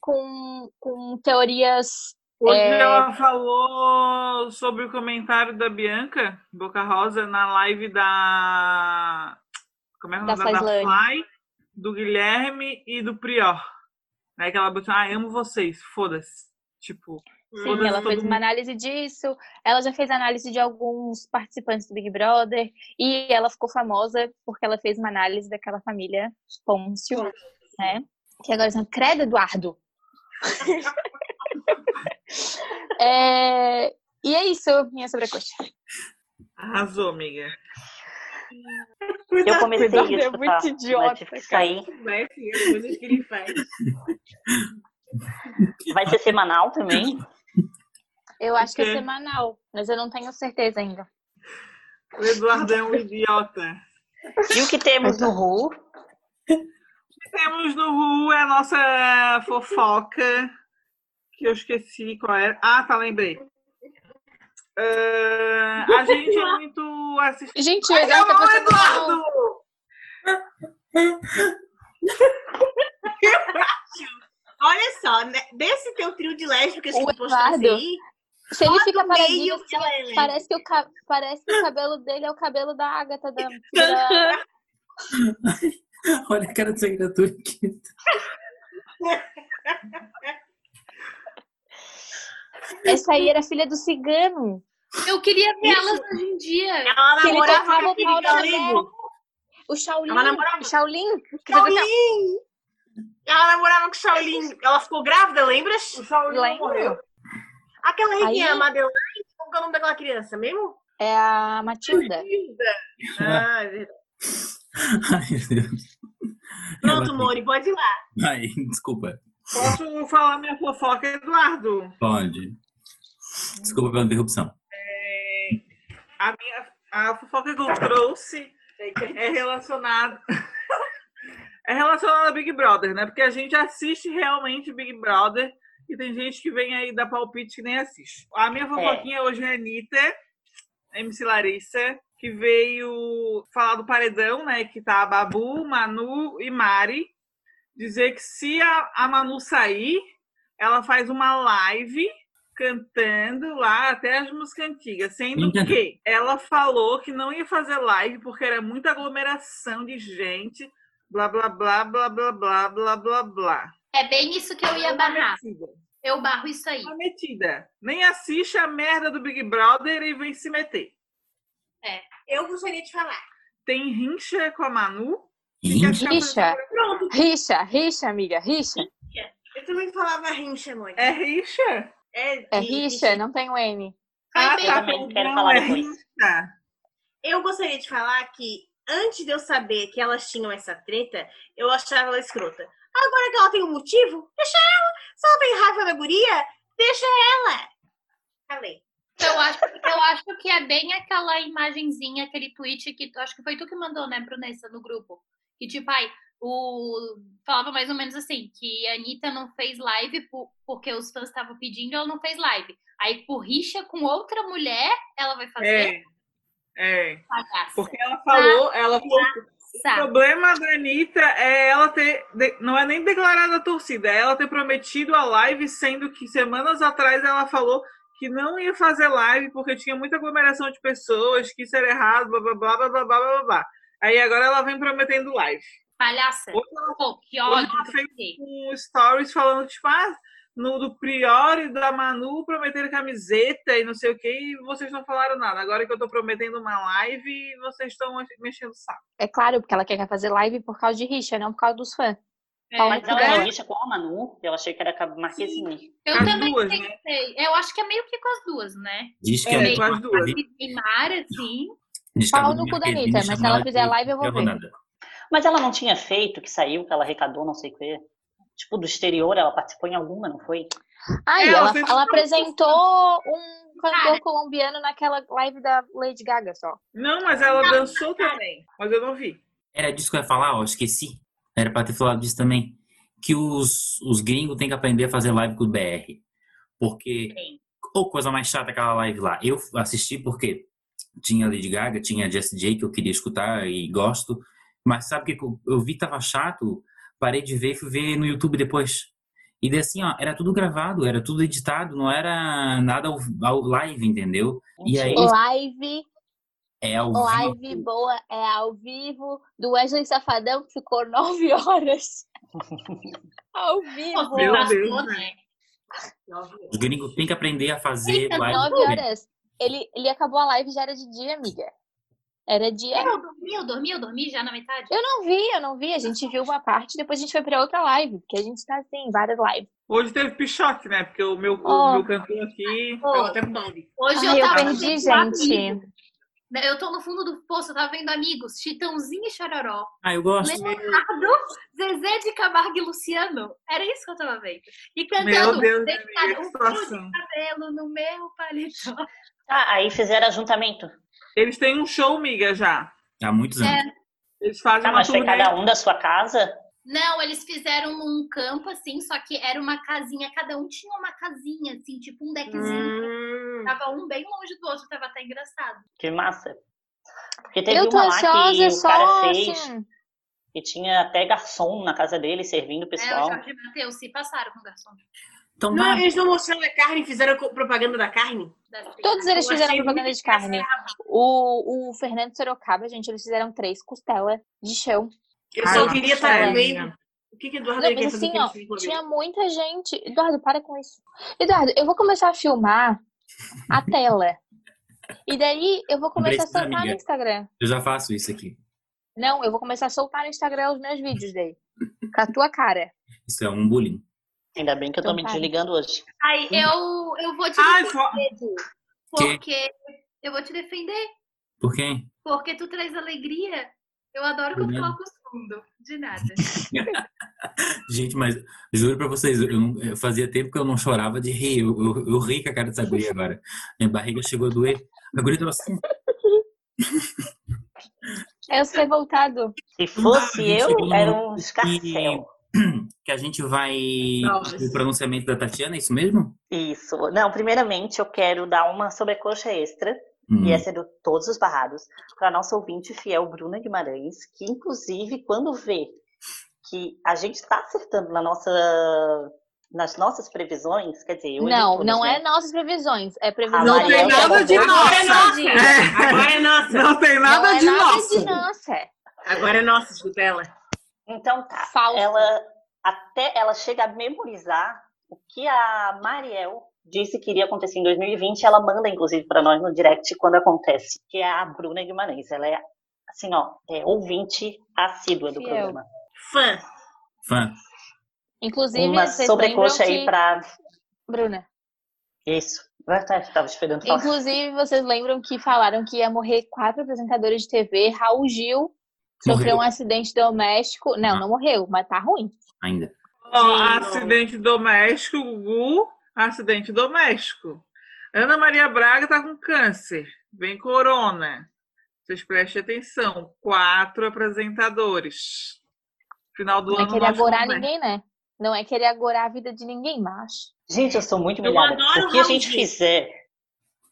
D: com, com teorias.
C: Hoje
D: É.
C: ela falou sobre o comentário da Bianca Boca Rosa na live da. Como é que é o
D: Da
C: nome
D: Fly Slane.
C: Fly, do Guilherme e do Prior. Né, que ela botou, ah, amo vocês, foda-se. Tipo,
D: Sim,
C: Todas,
D: ela
C: todo
D: fez uma
C: mundo.
D: análise disso, ela já fez análise de alguns participantes do Big Brother, e ela ficou famosa porque ela fez uma análise daquela família Pôncio, né? Que agora são Credo Eduardo. É, E é isso, minha sobrecoxa.
C: arrasou, amiga.
B: Eu comecei
D: Eduardo é
B: isso,
D: muito
B: tá?
D: idiota,
B: Mas tive que
D: cara.
B: sair.
E: Vai, filha, as é coisas que ele faz.
B: Vai ser semanal também?
D: Eu acho que é
C: Ok.
D: semanal, mas eu não tenho certeza ainda.
C: O Eduardo é um idiota.
B: E o que temos no Ru?
C: Temos no Ru é a nossa fofoca, que eu esqueci qual era. Ah, tá, lembrei. Ah, a gente é muito assistente.
D: Gente, o Eduardo tá
C: Alô,
D: passando mal.
C: Eduardo!
E: Olha só, né, desse teu trio de lésbicas
D: O
E: que postasse
D: Eduardo,
E: aí,
D: Se ele fica paradinho,
E: meio que ela é lésbica.
D: parece que, o ca- parece que o cabelo dele é o cabelo da Agatha. Da... da-
A: Olha a cara dessa criatura aqui.
D: Essa aí era filha do cigano.
F: Eu queria ver elas hoje em dia.
E: ela
D: Que ele
E: namorava
D: tocava
E: com
D: o
E: aquele
D: pau da
E: galego.
D: O Shaolin.
E: Ela namorava-
D: O Shaolin. que fazia aquela-
E: Shaolin! Ela namorava com o Shaolin. Ela ficou grávida, lembras?
C: O Saulinho
D: Lembro.
C: morreu.
E: Aquela riquinha,
D: Aí-
E: a Madeline, como que é o nome daquela criança mesmo?
D: É a Matilda.
E: Linda. Ah, é verdade.
A: Ai, meu Deus.
E: Pronto,
A: Ela-
E: Mori, pode ir lá.
A: Ai, desculpa.
C: Posso falar minha fofoca, Eduardo?
A: Pode. Desculpa pela interrupção.
C: A, minha, a fofoca que eu trouxe é relacionada. É relacionada a Big Brother, né? Porque a gente assiste realmente Big Brother e tem gente que vem aí dar palpite que nem assiste. A minha fofoquinha hoje é a Anitta, MC Larissa, que veio falar do paredão, né? Que tá a Babu, Manu e Mari. Dizer que se a, a Manu sair, ela faz uma live cantando lá até as músicas antigas, sendo
A: Entendi.
C: que ela falou que não ia fazer live porque era muita aglomeração de gente, blá blá blá blá blá blá blá blá blá.
F: É bem isso que eu ia barrar.
C: Metida,
F: Eu barro isso aí.
C: uma metida. Nem assiste a merda do Big Brother e vem se meter.
E: Eu gostaria de falar.
C: Tem rincha com a Manu?
A: Gente,
C: Fica a
D: Rixa.
C: chapa-
E: Pronto,
D: Rixa, rixa, amiga, rixa.
E: eu também falava rincha, mãe.
C: É rixa?
D: É rixa, não tem o M.
C: Ah,
F: Foi bem.
B: tá. também quero falar
C: é
B: depois.
C: rixa.
E: Eu gostaria de falar que antes de eu saber que elas tinham essa treta, eu achava ela escrota. Agora que ela tem um motivo, deixa ela. Se ela tem raiva da guria, deixa ela. Falei.
F: Então, Eu acho, eu acho que é bem aquela imagenzinha, aquele tweet que tu- acho que foi tu que mandou, né, Brunessa, no grupo. Que tipo, ai, o. Falava mais ou menos assim, que a Anitta não fez live por- porque os fãs estavam pedindo, ela não fez live. Aí por rixa com outra mulher, ela vai fazer
C: É. É.
F: palhaça.
C: Porque ela falou,
F: ah,
C: ela falou O
F: Sabe?
C: problema da Anitta é ela ter. de- não é nem declarada a torcida, é ela ter prometido a live, sendo que semanas atrás ela falou que não ia fazer live porque tinha muita aglomeração de pessoas, que isso era errado, blá blá blá blá blá blá blá. blá. Aí agora ela vem prometendo live.
F: Palhaça.
C: Hoje ela
F: Pô, que
C: hoje
F: ódio.
C: ela
F: que eu
C: fez-
F: fiquei.
C: com stories falando, tipo, ah, no do Prior e da Manu prometeram camiseta e não sei o que, e vocês não falaram nada. Agora que eu tô prometendo uma live, vocês estão mexendo o saco.
D: É claro, porque ela quer fazer live por causa de rixa, não por causa dos fãs.
F: É,
D: Paulo
B: Mas
D: que
B: ela
D: dá.
B: é rixa com a Manu? Eu achei que era com a Marquezine.
F: Eu
C: As
F: também
C: duas, né?
F: pensei. Eu acho que é meio que com as duas, né?
A: Diz que
C: É,
A: a-
C: com as duas.
F: Se queimar, assim.
A: diz que é a
D: Pau
A: Bruna
D: no cu da
A: Marquezine
D: Anitta, mas se
A: chamou
D: ela
A: de
D: fizer live, eu vou ver.
A: vagabunda.
B: Mas ela não tinha feito, que saiu, que ela arrecadou, não sei o quê. Tipo, do exterior, ela participou em alguma, não foi?
D: Aí,
C: É,
D: ela,
C: vocês não
D: ela apresentou um cantor
F: Cara.
D: colombiano naquela live da Lady Gaga só.
C: Não, mas ela dançou também. Mas eu não vi.
A: Era disso que eu ia falar, ó, esqueci. Era pra ter falado disso também. Que os, os gringos têm que aprender a fazer live com o BR. Porque,
B: Sim.
A: ou coisa mais chata aquela live lá. Eu assisti porque tinha Lady Gaga, tinha Jessie J, que eu queria escutar e gosto. Mas sabe o que que eu- eu vi tava chato? Parei de ver e fui ver no YouTube depois. E daí assim, ó, era tudo gravado, era tudo editado, não era nada ao, ao live, entendeu? E aí
D: Live,
A: é ao vivo.
D: live boa, é ao vivo, do Wesley Safadão, que ficou nove horas. ao vivo.
C: Meu
F: Passou,
C: Deus,
F: né?
A: Os gringos têm que aprender a fazer
F: Eita,
A: live.
D: é Nove horas. Ele, ele acabou a live, já era de dia, amiga. Era dia.
F: Eu dormi, eu dormi, eu dormi já na metade.
D: Eu não vi, eu não vi. A gente viu uma parte, depois a gente foi pra outra live, porque a gente tá assim, várias lives.
C: Hoje teve pichote, né? Porque o meu,
D: Oh.
C: o meu cantor aqui.
E: Ela até pode.
F: Hoje
D: Ai,
F: eu
D: eu
F: tava
D: perdi,
F: vendo
D: gente.
F: Amigos. Né, Eu tô no fundo do poço, eu tava vendo amigos, Chitãozinho e Chororó,
A: Ah, eu gosto.
F: Leonardo, Zezé de Camargo e Luciano. Era isso que eu tava vendo. E
C: Meu
F: cantando
C: Deus,
F: "Deixar
E: Tá,
C: amiga, que
F: um fio de
C: situação.
F: cabelo no meu paletó.
B: Ah, aí fizeram ajuntamento.
D: Tá
C: Eles têm um show, miga, já.
A: Há muitos
F: É.
A: anos.
C: Eles fazem
B: Ah,
C: uma
B: mas foi
D: né?
C: turnê.
B: cada um da sua casa?
F: Não, eles fizeram um campo assim, só que era uma casinha, cada um tinha uma casinha, assim, tipo um deckzinho.
E: Hum.
F: Tava um bem longe do outro, tava até engraçado. Né,
B: Que massa. Porque teve
D: Eu tô
B: uma lá que
D: ansiosa,
B: o cara
D: só
B: fez
D: assim.
B: e tinha até garçom na casa dele servindo o
F: É, o
B: pessoal.
F: Jorge e Matheus se passaram com o garçom.
A: Então,
E: Não,
A: vai.
E: eles não mostraram a carne, fizeram co- propaganda da carne.
F: das
D: Todos eles
E: Eu
D: fizeram
E: achei
D: propaganda
E: muito
D: de carne. O, o Fernando Sorocaba, gente, eles fizeram três costelas de chão.
E: Eu
C: Ah,
E: só
C: não,
E: queria
D: sério,
E: estar
C: né?
E: vendo o que, que Eduardo
D: Não,
E: ia querer
D: mas
E: fazer
D: assim,
E: com
D: ó,
E: esse vídeo.
D: tinha muita gente. Eduardo, para com isso. Eduardo, eu vou começar a filmar a tela. E daí eu vou começar a
A: precisa,
E: é
D: soltar no
A: amiga.
D: Instagram.
A: eu já faço isso aqui.
D: Não, eu vou começar a soltar no Instagram os meus vídeos daí. Com a tua cara.
A: Isso é um bullying.
B: Ainda bem que eu tô
D: Então
B: me
D: tá.
B: desligando hoje.
F: Aí eu, eu vou te
C: Ai,
F: defender,
C: fo...
F: Edu,
A: Que?
F: porque eu vou te defender,
A: Por quê?
F: porque tu traz alegria. Eu adoro quando
A: Obrigado.
F: coloca os fundos, de nada.
A: Gente, mas juro pra vocês, eu, não- eu fazia tempo que eu não chorava de rir. Eu, eu, eu ri com a cara dessa guria agora. Minha barriga chegou a doer. A guria tava assim.
D: Eu sou É revoltado.
B: Se fosse
A: gente,
B: eu,
A: todo
B: era
A: mundo
B: um
A: que-
B: escarcel.
A: Que a gente vai.
E: Nossa.
A: O pronunciamento da Tatiana, é isso mesmo?
B: Isso. Não, primeiramente eu quero dar uma sobrecoxa extra,
A: Hum.
B: e essa é de todos os barrados, para nossa ouvinte fiel Bruna Guimarães, que tá inclusive quando vê que a gente está acertando na nossa nas nossas previsões, quer dizer, eu
D: Não,
B: olhei
D: não
B: todas,
D: é
B: né?
D: nossas previsões. É previsão.
C: Não
B: Amarelo,
C: tem nada de
B: amarelo.
E: Agora
C: nossa. É.
E: é nossa! Agora é nossa!
C: Não tem nada
D: não é
C: de
D: nada
C: nossa.
D: de nossa.
E: Agora é nossa, Escutela.
B: Então tá.
D: Falso.
B: Ela até ela chega a memorizar o que a Mariel disse que iria acontecer em 2020. Ela manda, inclusive, para nós no direct quando acontece, que é a Bruna Guimarães. Ela é assim, ó, é ouvinte assídua do
D: Fiel.
B: programa.
E: Fã.
A: Fã.
D: Inclusive,
B: Uma
D: vocês
B: sobrecoxa
D: lembram
B: aí
D: que...
B: pra.
D: Bruna.
B: Isso. Ah, tá, Tava esperando falar.
D: Inclusive, vocês lembram que falaram que ia morrer quatro apresentadores de TV. Raul Gil
A: Morreu.
D: sofreu um acidente doméstico. Não,
A: Ah.
D: não morreu, mas tá ruim.
A: Ainda.
C: Ó,
E: Sim.
C: acidente doméstico, Gugu, acidente doméstico. Ana Maria Braga tá com câncer. Vem corona. Vocês prestem atenção. Quatro apresentadores. Final do
D: Não é
C: ano.
D: querer
C: nós
D: agorar
C: também.
D: ninguém, né? Não é querer agorar a vida de ninguém, mas.
B: Gente, eu sou muito
E: Eu
B: humilhada.
E: adoro
B: O que a
E: Raul
B: gente
E: Gil.
B: fizer,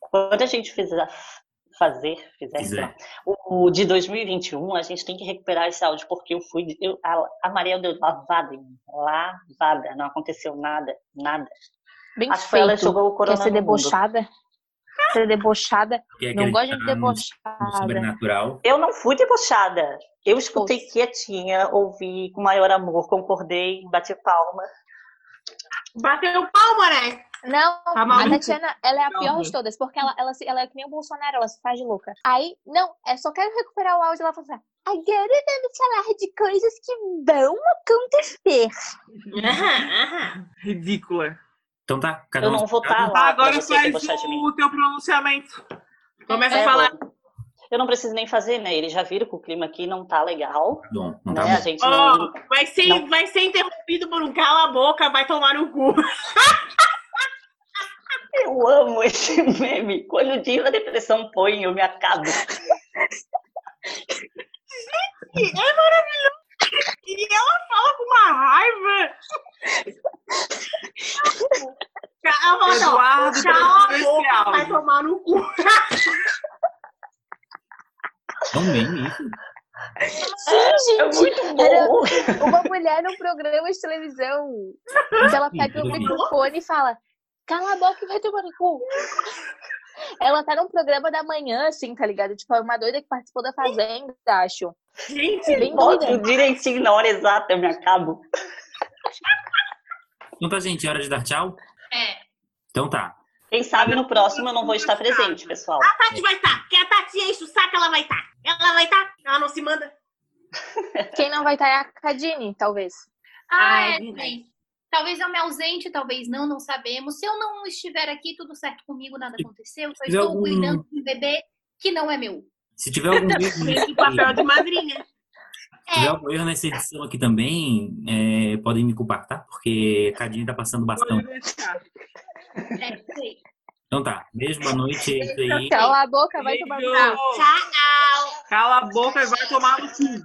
B: quando a gente fizer fazer, fizer,
A: Fizer.
B: não, o, o de 2021, a gente tem que recuperar esse áudio, porque eu fui, eu, a, a Maria deu lavada em mim, lavada, não aconteceu nada, nada.
D: Bem
B: Acho que foi
D: feito.
B: ela que jogou o
D: Quer
B: corona
D: ser
B: no mundo.
D: debochada? Ser debochada?
A: Porque é
D: Não
A: acreditar
D: gosto de né? gente
A: no- no
D: debochada.
A: sobrenatural.
B: Eu não fui debochada, eu escutei
D: Poxa.
B: quietinha, ouvi com maior amor, concordei, bati palma.
E: Bateu palma, né?
D: Não,
E: Tá
D: a
E: maluco?
D: Tatiana, ela é a
B: Tá
C: Não,
D: pior
C: né?
D: de todas, porque ela, ela, se- ela é que nem o Bolsonaro, ela se faz de louca. Aí, não, é só quero recuperar o áudio e ela fala assim, agora vamos falar de coisas que vão acontecer.
E: Aham, aham.
C: Ridícula.
A: Então tá, cada
B: Eu
A: um.
B: não vou
A: cada
B: estar
A: um.
B: lá pra
C: Agora
B: vocês
C: faz
B: debochar de mim.
C: o teu pronunciamento.
E: Começa
B: É,
E: a falar.
B: bom, Eu não preciso nem fazer, né? Eles já viram que o clima aqui não tá legal,
A: Tá bom, não tá
B: né? A
A: bom.
B: gente
E: Ó,
C: Oh!
B: não.
E: vai, ser,
B: Não.
E: vai ser interrompido por um cala a boca, vai tomar no cu.
B: Eu amo esse meme. Quando o dia da depressão põe, eu me acabo.
E: E ela fala
C: Tá,
E: com uma raiva. Ela fala assim, ó,
C: Eduardo
E: cala a
C: esse
E: boca, vai
C: áudio.
E: tomar no cu.
A: Tão bem isso.
D: Sim,
B: É
D: gente,
B: muito
D: era-
B: bom.
D: uma mulher num programa de televisão, que ela pega o
A: Sim, eu vi.
D: microfone e fala, cala a boca e vai tomar no cu. Ela tá num programa da manhã, assim, tá ligado? Tipo, é uma doida que participou da Fazenda, acho.
E: Gente,
D: Bem
B: Bota
D: doida.
B: direitinho na hora exata, eu me acabo.
A: Então tá, gente, é hora de dar tchau?
F: É.
A: Então tá.
B: Quem sabe no próximo eu não vou estar presente, pessoal.
E: a Tati vai estar. Porque a Tati enche o saco, ela vai estar. Ela vai estar. Ela não se manda.
D: Quem não vai estar é a Cadine, talvez.
F: Ah,
E: Ah, é
F: é,
E: verdade.
F: sim. Talvez eu me ausente, talvez não, não sabemos. Se eu não estiver aqui, tudo certo comigo, nada aconteceu. Só
A: tiver
F: estou
A: algum-
F: cuidando de um bebê que não é meu.
A: Se tiver algum erro,
E: Tem
A: nesse-
E: o papel de madrinha.
A: se tiver algum erro nessa edição aqui também, é, podem me culpar, tá? Porque Cadinho tá passando bastão.
C: Pode deixar.
F: É, sei.
A: Então tá, beijo, boa noite. É isso aí.
D: Cala a boca, vai tomar no cu.
C: Beijo.
E: Tchau.
C: Cala a boca e vai tomar no cu.